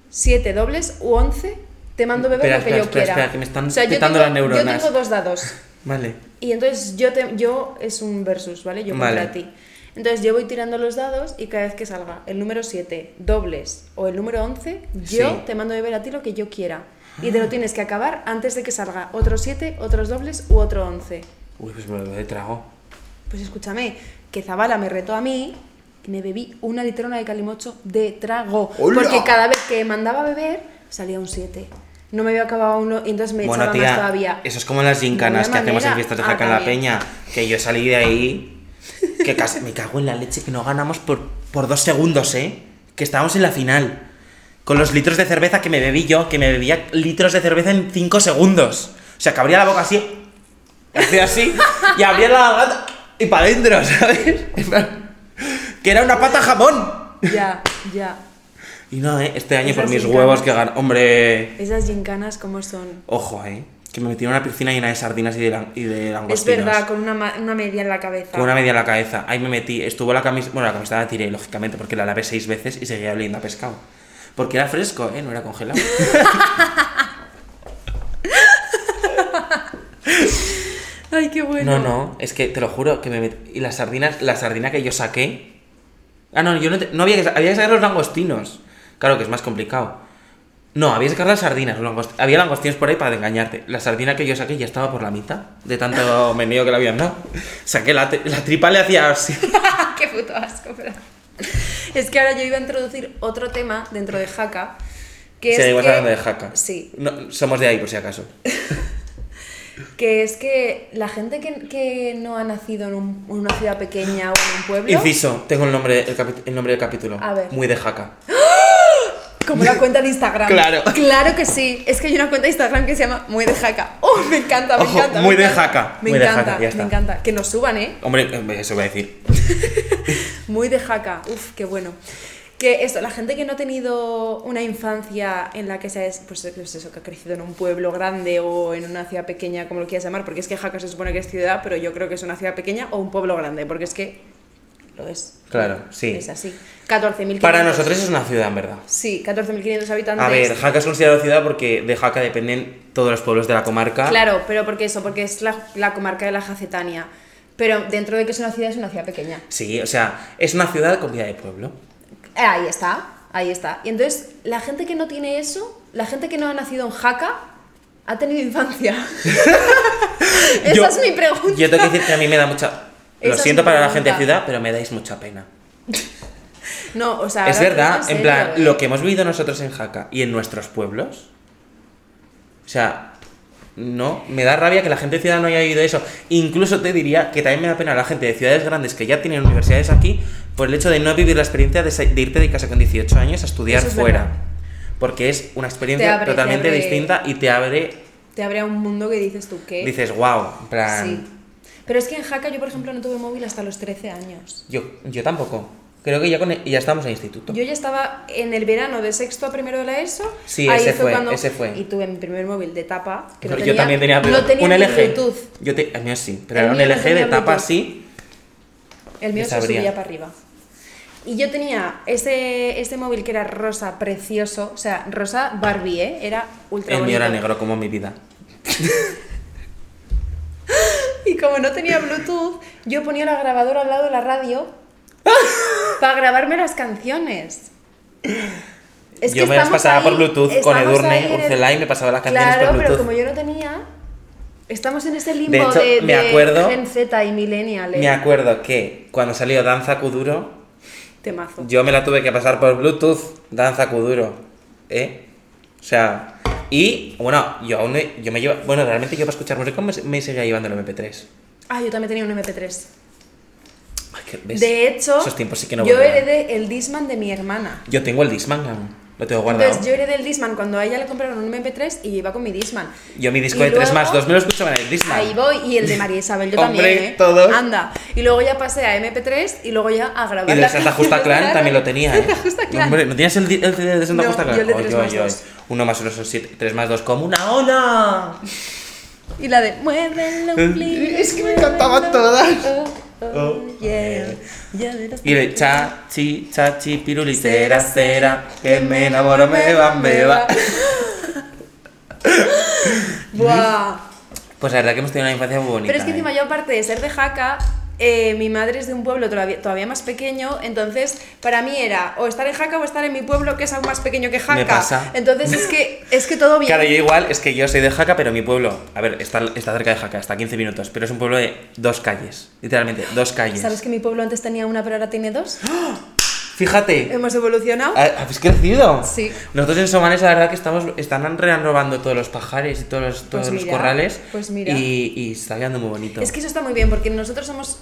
7 dobles u 11, te mando beber Espera, lo que espera, yo espera, quiera. espera, que me están o sea, yo petando tengo- las neuronas. Yo tengo dos dados. Vale. Y entonces yo te, yo es un versus, ¿vale? Yo Vale. contra ti. Entonces yo voy tirando los dados y cada vez que salga el número 7, dobles o el número 11, yo Sí. Ah. te mando de ver a ti lo que yo quiera. Y te lo tienes que acabar antes de que salga otro 7, otros dobles u otro 11. Uy, pues me lo doy de trago. Pues escúchame, que Zabala me retó a mí y me bebí una litrona de calimocho de trago. ¡Hola! Porque cada vez que mandaba a beber salía un 7. No me había acabado uno y entonces me bueno, echaba tía, más todavía. eso es como las gincanas que Buena hacemos en manera. fiestas de Ah, Jaca en la también. Peña. Que yo salí de ahí. Que casi me cago en la leche, que no ganamos por, por dos segundos, ¿eh? Que estábamos en la final. Con los litros de cerveza que me bebí yo, que me bebía litros de cerveza en cinco segundos. O sea, que abría la boca así. Hacía así. y abría la garganta. Y para adentro, ¿sabes? En plan, que era una pata jamón. Ya, ya. Y no, ¿eh? Este año por Esas mis gincanas. huevos que ganó. Hombre. Esas gincanas, ¿cómo son? Ojo, eh. Que me metieron a una piscina llena de sardinas y de, lan- y de Es langostinos. verdad, ah. con una, ma- una media en la cabeza. Con una media en la cabeza. Ahí me metí. Estuvo la camisa. Bueno, la camiseta la tiré, lógicamente, porque la lavé seis veces y seguía oliendo a pescado. Porque era fresco, ¿eh? No era congelado. Ay, qué bueno. No, no. Es que te lo juro que me metí. Y las sardinas. La sardina que yo saqué. Ah, no, yo no, te- no había que. sa- Había que sacar los langostinos. Claro que es más complicado. No, había que sacar las sardinas. los langost- Había langostinos por ahí para engañarte. La sardina que yo saqué ya estaba por la mitad de tanto meneo que le habían dado. Saqué la, tri- la tripa, le hacía así. qué puto asco, pero... Es que ahora yo iba a introducir otro tema dentro de Jaca. Que es Seguimos que... hablando de jaca. Sí, No, somos de ahí, por si acaso. que es que la gente que, que no ha nacido en, un- en una ciudad pequeña o en un pueblo, Inciso, tengo el nombre, el, capi- el nombre del capítulo. A ver. Muy de jaca. como la cuenta de Instagram. Claro. Claro que sí. Es que hay una cuenta de Instagram que se llama Muy de Jaca. ¡Oh, me encanta, me Ojo, encanta! me Muy de encanta. Jaca, Me muy de encanta, Jaca, ya está. me encanta. Que nos suban, ¿eh? Hombre, eh, eso voy a decir. Muy de jaca, uff, qué bueno. Que esto, la gente que no ha tenido una infancia en la que se ha, des- pues, pues eso, que ha crecido en un pueblo grande o en una ciudad pequeña, como lo quieras llamar, porque es que Jaca se supone que es ciudad, pero yo creo que es una ciudad pequeña o un pueblo grande, porque es que lo es. Claro, sí. Es así. 14.500. Para nosotros es una ciudad, en verdad. Sí, 14.500 habitantes. A ver, Jaca es considerado ciudad porque de Jaca dependen todos los pueblos de la comarca. Claro, pero porque eso, porque es la, la comarca de la Jacetania. Pero dentro de que es una ciudad, es una ciudad pequeña. Sí, o sea, es una ciudad con vida de pueblo. Eh, Ahí está, ahí está. Y entonces, la gente que no tiene eso, la gente que no ha nacido en Jaca, ha tenido infancia. Esa Yo- es mi pregunta. Yo tengo que decir que a mí me da mucha. Esa Lo es siento mi para la gente de pregunta. ciudad, pero me dais mucha pena. No, o sea. es ahora te verdad, digo en serio, plan, ¿eh? lo que hemos vivido nosotros en Jaca y en nuestros pueblos. O sea, no, me da rabia que la gente de ciudad no haya vivido eso. Incluso te diría que también me da pena la gente de ciudades grandes que ya tienen universidades aquí por el hecho de no vivir la experiencia de, sa- de irte de casa con 18 años a estudiar Eso es fuera. verdad. Porque es una experiencia abre, te totalmente abre- distinta y te abre, Te abre a un mundo que dices tú que. dices, wow, en plan. Sí. Pero es que en Jaca yo, por ejemplo, no tuve móvil hasta los 13 años. Yo, yo tampoco. Creo que ya, con, e, ya estamos en instituto. Yo ya estaba en el verano de sexto a primero de la ESO. Sí, ese fue, ese fue. Y tuve mi primer móvil de tapa. Que no yo tenía- también tenía, no tenía un ni LG. Bluetooth. Yo te, el mío sí, pero El era un mío no LG de tenía tapa Bluetooth. así. El mío Que se sabría. subía para arriba. Y yo tenía este, este móvil que era rosa, precioso. O sea, rosa Barbie, ¿eh? Era ultra El mío era bonito. negro como mi vida. Y como no tenía Bluetooth, yo ponía la grabadora al lado de la radio para grabarme las canciones. yo me las estamos pasaba ahí- por Bluetooth con estamos Edurne, ahí en el- Urcelay, me pasaba las canciones Claro, por pero Bluetooth. como yo no tenía, estamos en ese limbo De de, hecho, me de acuerdo- Gen Z y Millennial. ¿eh? Me acuerdo que cuando salió Danza Kuduro, Temazo. yo me la tuve que pasar por Bluetooth, Danza Kuduro. ¿Eh? O sea, y bueno, yo aún me- yo me llevo. Bueno, realmente yo para escuchar música me, me seguía llevando el MP3. Ah, yo también tenía un MP3. Ay, que- ¿ves? De hecho, Esos tiempos sí que no yo volverán. heredé el Disman de mi hermana. Yo tengo el Disman aún, Lo tengo guardado. Entonces Pues yo heredé el Disman cuando a ella le compraron un MP3 y yo iba con mi Disman. Yo mi disco Y de 3 más luego- 2 me lo escuchaba en el Disman. Ahí voy, y el de María Isabel, yo Hombre, también, ¿eh? todos. Anda. Y luego ya pasé a MP3 y luego ya a grabar. Y de las Santa canciones Justa Clan raras. también lo tenía, ¿eh? Santa Justa Clan. Hombre, ¿no tienes el, di- el CD de Santa No, Justa Clan? yo el de tres Oy, más oy, oy. dos. Uno más uno son siete, tres más dos como una ola. Y la de Muévelo, please. Es que me encantaban todas. Oh, oh, Oh, yeah. yeah. Ya verás. Y el cha, chi, cha, chi, piruli, cera, cera, que me enamoro, me va, me va. Buah. Pues la verdad que hemos tenido una infancia muy bonita. Pero es que encima ¿eh? yo aparte de ser de Jaca, eh, mi madre es de un pueblo todavía, todavía más pequeño, entonces para mí era o estar en Jaca o estar en mi pueblo que es aún más pequeño que Jaca. pasa. Entonces es que, es que todo bien. Claro, yo igual, es que yo soy de Jaca, pero mi pueblo, a ver, está, está cerca de Jaca, está a 15 minutos, pero es un pueblo de dos calles, literalmente, dos calles. ¿Sabes que mi pueblo antes tenía una pero ahora tiene dos? Fíjate, Hemos evolucionado. Ah, ¿Habéis crecido? Sí. Nosotros en Somanes, la verdad que estamos, están renovando todos los pajares y todos los, todos Pues los mira, corrales. pues mira. Y, y está quedando muy bonito. Es que eso está muy bien porque nosotros somos...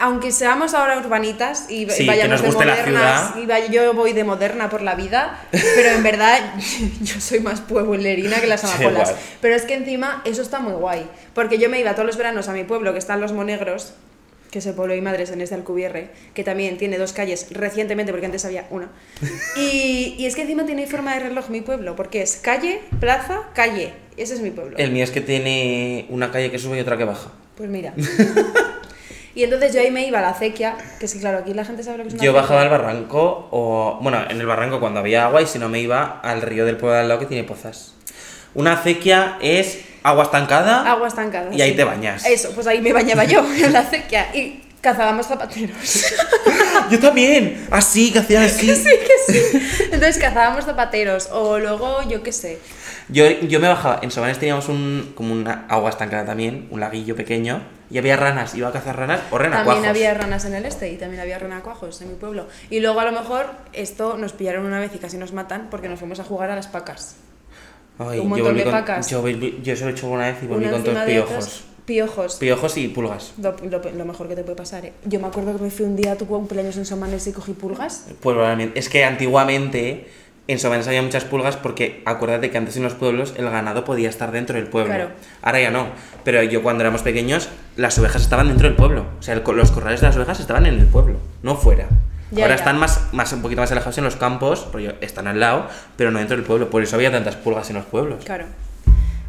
Aunque seamos ahora urbanitas y Sí, que vayamos nos guste de la modernas, ciudad. y vaya- yo voy de moderna por la vida, pero en verdad yo soy más pueblerina que las Sí, amapolas. igual. pero es que encima eso está muy guay, porque yo me iba todos los veranos a mi pueblo, que están Los Monegros, que es el pueblo de mi madre, es en este Alcubierre, que también tiene dos calles recientemente, porque antes había una. Y, y es que encima tiene forma de reloj mi pueblo, porque es calle, plaza, calle. Ese es mi pueblo. El mío es que tiene una calle que sube y otra que baja. Pues mira. y entonces yo ahí me iba a la acequia, que es que claro, aquí la gente sabe lo que es una Yo acequia. bajaba al barranco, o. Bueno, en el barranco cuando había agua, y si no me iba al río del pueblo de al lado que tiene pozas. Una acequia es agua estancada. Agua estancada. Y ahí te bañas. Eso, pues ahí me bañaba yo en la acequia y cazábamos zapateros. Yo también. Así, que hacía así. sí, que sí. Entonces cazábamos zapateros o luego yo qué sé. Yo, yo me bajaba, en Sobanes teníamos un, como una agua estancada también, un laguillo pequeño, y había ranas, iba a cazar ranas o renacuajos. También había ranas en el este y también había renacuajos en mi pueblo. Y luego a lo mejor esto nos pillaron una vez y casi nos matan porque nos fuimos a jugar a las pacas. Ay, un yo montón volví de con- vacas. Yo, volví- yo solo he hecho una vez y volví Una con todos encima de otras. piojos. Piojos. Piojos y pulgas. Lo, lo- lo mejor que te puede pasar, ¿eh? Yo me acuerdo que me fui un día a tu cumpleaños en Somanes y cogí pulgas. Pues probablemente. Es que antiguamente en Sobanes había muchas pulgas porque acuérdate que antes en los pueblos el ganado podía estar dentro del pueblo. Claro. Ahora ya no. Pero yo cuando éramos pequeños, las ovejas estaban dentro del pueblo. O sea, el co- los corrales de las ovejas estaban en el pueblo, no fuera. Ya, Ahora ya. están más, más, un poquito más alejados en los campos, rollo, están al lado, pero no dentro del pueblo. Por eso había tantas pulgas en los pueblos. Claro.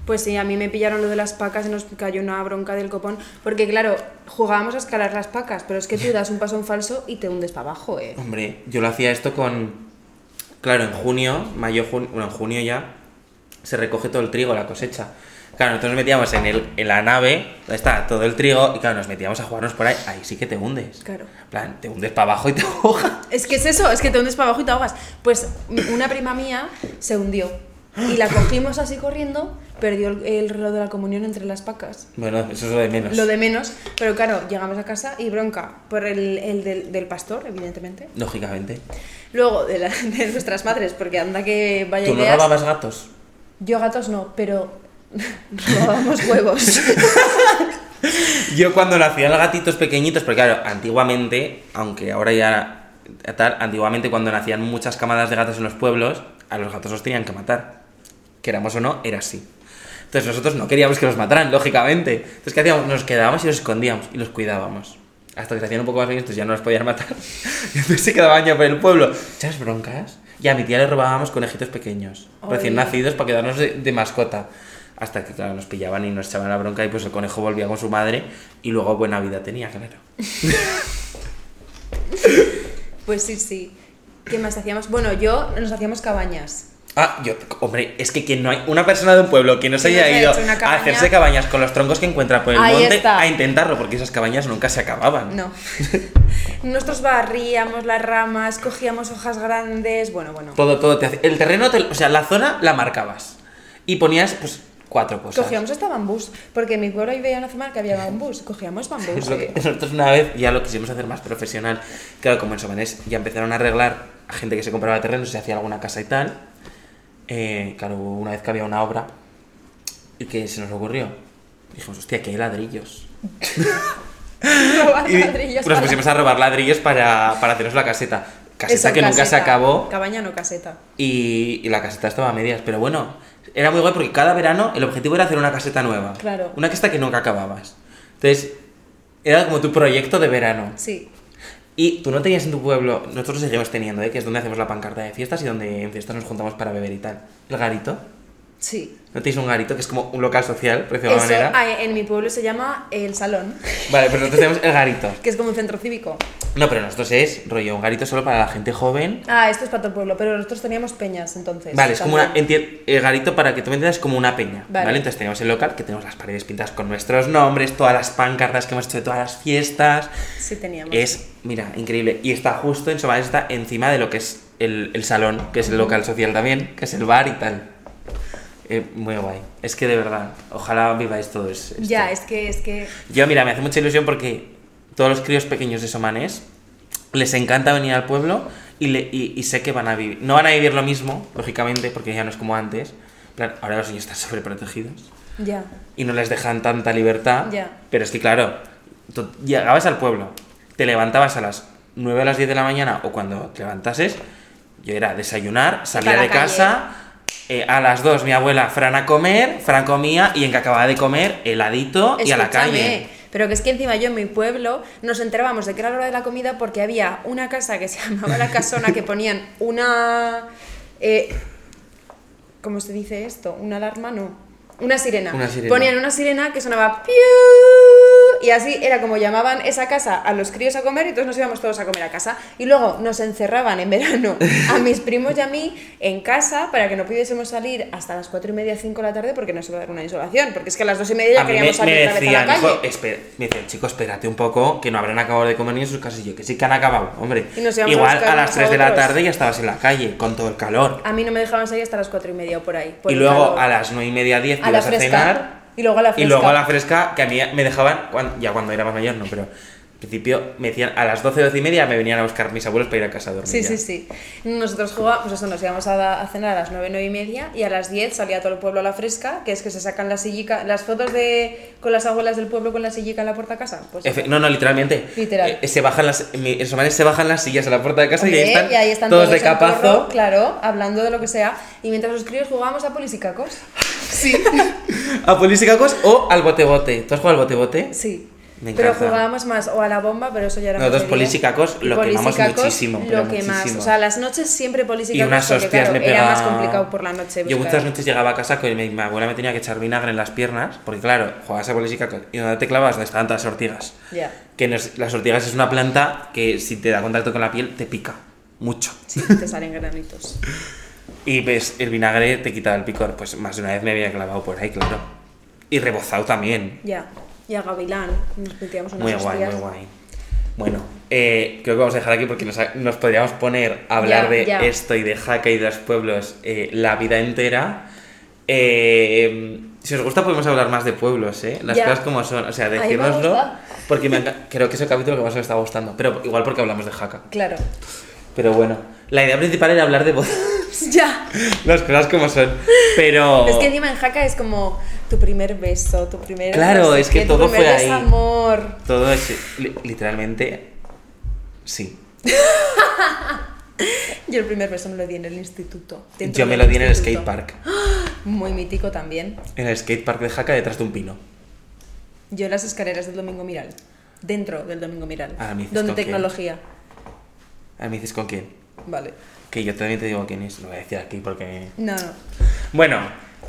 Pues sí, a mí me pillaron lo de las pacas y nos cayó una bronca del copón. Porque, claro, jugábamos a escalar las pacas, pero es que tú das un paso en falso y te hundes para abajo, ¿eh? Hombre, yo lo hacía esto con. Claro, en junio, mayo, junio, bueno, en junio ya se recoge todo el trigo, la cosecha. Claro, nosotros nos metíamos en, el, en la nave, donde está todo el trigo, y claro, nos metíamos a jugarnos por ahí. Ahí sí que te hundes. Claro. En plan, te hundes para abajo y te ahogas. Es que es eso, es que te hundes para abajo y te ahogas. Pues m- una prima mía se hundió. Y la cogimos así corriendo perdió el, el reloj de la comunión entre las pacas. Bueno, eso es lo de menos. Lo de menos, pero claro, llegamos a casa y bronca por el, el del, del pastor, evidentemente. Lógicamente. Luego de, la- de nuestras madres, porque anda que vaya Tú no ideas. robabas gatos. Yo gatos no, pero robábamos huevos. Yo cuando nacían los gatitos pequeñitos, porque claro, antiguamente, aunque ahora ya tal, antiguamente cuando nacían muchas camadas de gatos en los pueblos, a los gatos los tenían que matar. Queramos o no, era así. Entonces nosotros no queríamos que los mataran, lógicamente. Entonces, ¿qué hacíamos? Nos quedábamos y los escondíamos y los cuidábamos. Hasta que se hacían un poco más grandes, entonces ya no los podían matar. Y entonces se quedaban ya por el pueblo. ¿Sabes broncas? Y a mi tía le robábamos conejitos pequeños, recién Ole. nacidos, para quedarnos de, de mascota. Hasta que, claro, nos pillaban y nos echaban la bronca y pues el conejo volvía con su madre y luego buena vida tenía, claro. Pues sí, sí. ¿Qué más hacíamos? Bueno, yo nos hacíamos cabañas. Ah, yo, hombre, es que quien no hay, una persona de un pueblo que no se Que no se haya haya ido hecho una a cabaña. hacerse cabañas con los troncos que encuentra por el Ahí monte está. a intentarlo, porque esas cabañas nunca se acababan. No. Nosotros barríamos las ramas, cogíamos hojas grandes, bueno, bueno. Todo, todo. Te hace- el terreno, te- o sea, la zona la marcabas. Y ponías, pues, cuatro cosas. Cogíamos hasta bambús, porque en mi pueblo había una zona que había bambús. Cogíamos bambús. Es lo que- nosotros una vez ya lo quisimos hacer más profesional. Claro, como en Somanés ya empezaron a arreglar a gente que se compraba terrenos, se hacía alguna casa y tal. eh, claro, hubo una vez que había una obra y que se nos ocurrió. Dijimos, hostia, que hay ladrillos. Robar Y ladrillos nos para- pusimos a robar ladrillos para, para hacernos la caseta. Caseta Eso, que nunca se caseta. acabó. Cabaña no caseta. y, y la caseta estaba a medias. Pero bueno, era muy guay porque cada verano el objetivo era hacer una caseta nueva. Claro. Una caseta que nunca acababas. Entonces, era como tu proyecto de verano. Sí. Y tú no tenías en tu pueblo, nosotros seguimos teniendo, ¿eh? que es donde hacemos la pancarta de fiestas y donde en fiestas nos juntamos para beber y tal. El garito. Sí. ¿No tenéis un garito que es como un local social, por decirlo de Eso alguna manera? ah, en mi pueblo se llama el salón, Vale, pero nosotros tenemos el garito. que es como un centro cívico. No, pero nosotros es rollo, un garito solo para la gente joven. Ah, esto es para todo el pueblo, pero nosotros teníamos peñas entonces. Vale, es como una, también. enti- el garito para que tú me entiendas es como una peña. Vale. Vale. entonces tenemos el local que tenemos las paredes pintadas con nuestros nombres, todas las pancartas que hemos hecho de todas las fiestas. Sí teníamos. Es, mira, increíble. Y está justo en Somalia, está encima de lo que es el, el salón, que es el local social también, que es el bar y tal. Eh, muy guay. Es que de verdad, ojalá viváis todo es- esto. Ya, es que, es que... Yo, mira, me hace mucha ilusión porque todos los críos pequeños de Somanés les encanta venir al pueblo y, le- y- y sé que van a vivir. No van a vivir lo mismo, lógicamente, porque ya no es como antes. En plan, Ahora los niños están sobreprotegidos Ya. y no les dejan tanta libertad. Ya. Pero es que, claro, tú llegabas al pueblo, te levantabas a las 9 o las 10 de la mañana o cuando te levantases, yo era desayunar, salía para de la calle. casa. eh, a las 2 mi abuela Fran a comer, Fran comía y en que acababa de comer heladito y a la Escúchame, calle. Pero que es que encima yo en mi pueblo nos enterábamos de que era la hora de la comida porque había una casa que se llamaba La Casona que ponían una... eh, ¿Cómo se dice esto? ¿Una alarma? No. Una sirena. Una sirena. Ponían una sirena que sonaba... piu, Y así era como llamaban esa casa a los críos a comer y todos nos íbamos todos a comer a casa. Y luego nos encerraban en verano a mis primos y a mí en casa para que no pudiésemos salir hasta las 4 y media, 5 de la tarde porque nos iba a dar una insolación. Porque es que a las 2 y media ya a mí me, queríamos salir me otra vez a decían, la calle. "Jo, espera", me decían, chico, espérate un poco, que no habrán acabado de comer ni en sus casas. Y yo, que sí que han acabado, hombre. Y nos íbamos a Igual buscar a, unos las a 3 de la otros. tarde ya estabas en la calle, con todo el calor. A mí no me dejaban salir hasta las cuatro y media o por ahí. por y el luego calor. a las 9 y media, 10 te Pues A la ibas a fresca. cenar. Y luego a la fresca. Y luego a la fresca, que a mí me dejaban, cuan- ya cuando era más mayor, no, pero al principio me decían, a las 12, 12 y media me venían a buscar mis abuelos para ir a casa a dormir. Sí, ya. sí, sí. Nosotros jugábamos, pues eso, nos íbamos a, a cenar a las nueve, nueve y media y a las 10 salía todo el pueblo a la fresca, que es que se sacan las sillica, las fotos de con las abuelas del pueblo con la sillica en la puerta a casa. Pues, Efe- no, no, literalmente. Literal. Eh, se bajan las, mi- en Somalia se bajan las sillas a la puerta de casa y, ahí hombre, están y ahí están todos, de en torno, capazo. claro, hablando de lo que sea. Y mientras los críos jugábamos a polis y cacos. Sí. A polis y cacos o al bote-bote. ¿Tú has jugado al bote-bote? Sí. Me pero encanta. jugábamos más o a la bomba, pero eso ya era Nosotros más de polis y día. cacos Y lo polis y quemamos cacos muchísimo, pero Lo que más. muchísimo. O sea, las noches siempre polis y Y cacos. unas porque, hostias claro, me pegaba. Era más complicado por la noche. Yo buscar. muchas noches llegaba a casa que mi, mi abuela me tenía que echar vinagre en las piernas, porque claro, jugabas a bolis y cacos y donde te clavas donde estaban todas las ortigas. Ya. Que nos- las ortigas es una planta que si te da contacto con la piel te pica mucho. Sí, te salen granitos. Y ves, el vinagre te quita el picor. Pues más de una vez me había clavado por ahí, claro. Y rebozado también. Ya. Y a Gavilán nos metíamos unas Muy hostias. guay, muy guay. Bueno, eh, creo que vamos a dejar aquí porque nos, ha- nos podríamos poner a hablar Ya, de ya. esto y de Jaca y de los pueblos eh, la vida entera. Eh, Si os gusta podemos hablar más de pueblos, ¿eh? Las Ya. cosas como son, o sea, me decírnoslo, gusta. porque me enca- creo que es el capítulo que más me está gustando, pero igual porque hablamos de jaca. Claro. Pero bueno, la idea principal era hablar de bodas, Ya. las cosas como son, pero... Es que encima en Jaca es como tu primer beso, tu primer. Claro, no sé es que qué, todo tu primer fue ahí. desamor. Todo es, li- literalmente, sí. Yo el primer beso me lo di en el instituto. dentro Yo me del lo di en el instituto. skate park, Muy mítico también. en el skate park de jaca detrás de un pino. Yo en las escaleras del Domingo Miral. Dentro del Domingo Miral. Ah, me dices donde con quién. tecnología. A mí me dices, ¿con quién? Vale. Que yo también te digo quién es, lo voy a decir aquí porque... No, no. Bueno,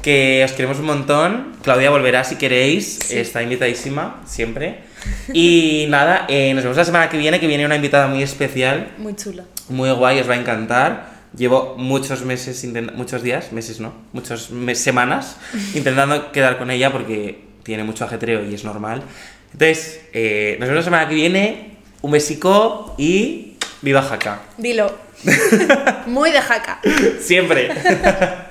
que os queremos un montón. Claudia volverá si queréis. Sí. Está invitadísima, siempre. Y nada, eh, nos vemos la semana que viene, que viene una invitada muy especial, Muy chula. muy guay, os va a encantar. Llevo muchos meses, intent- muchos días, meses no, muchas me- semanas intentando quedar con ella porque tiene mucho ajetreo y es normal. Entonces, eh, nos vemos la semana que viene. Un besico y viva Jaca. Dilo. Muy de Jaca. Siempre.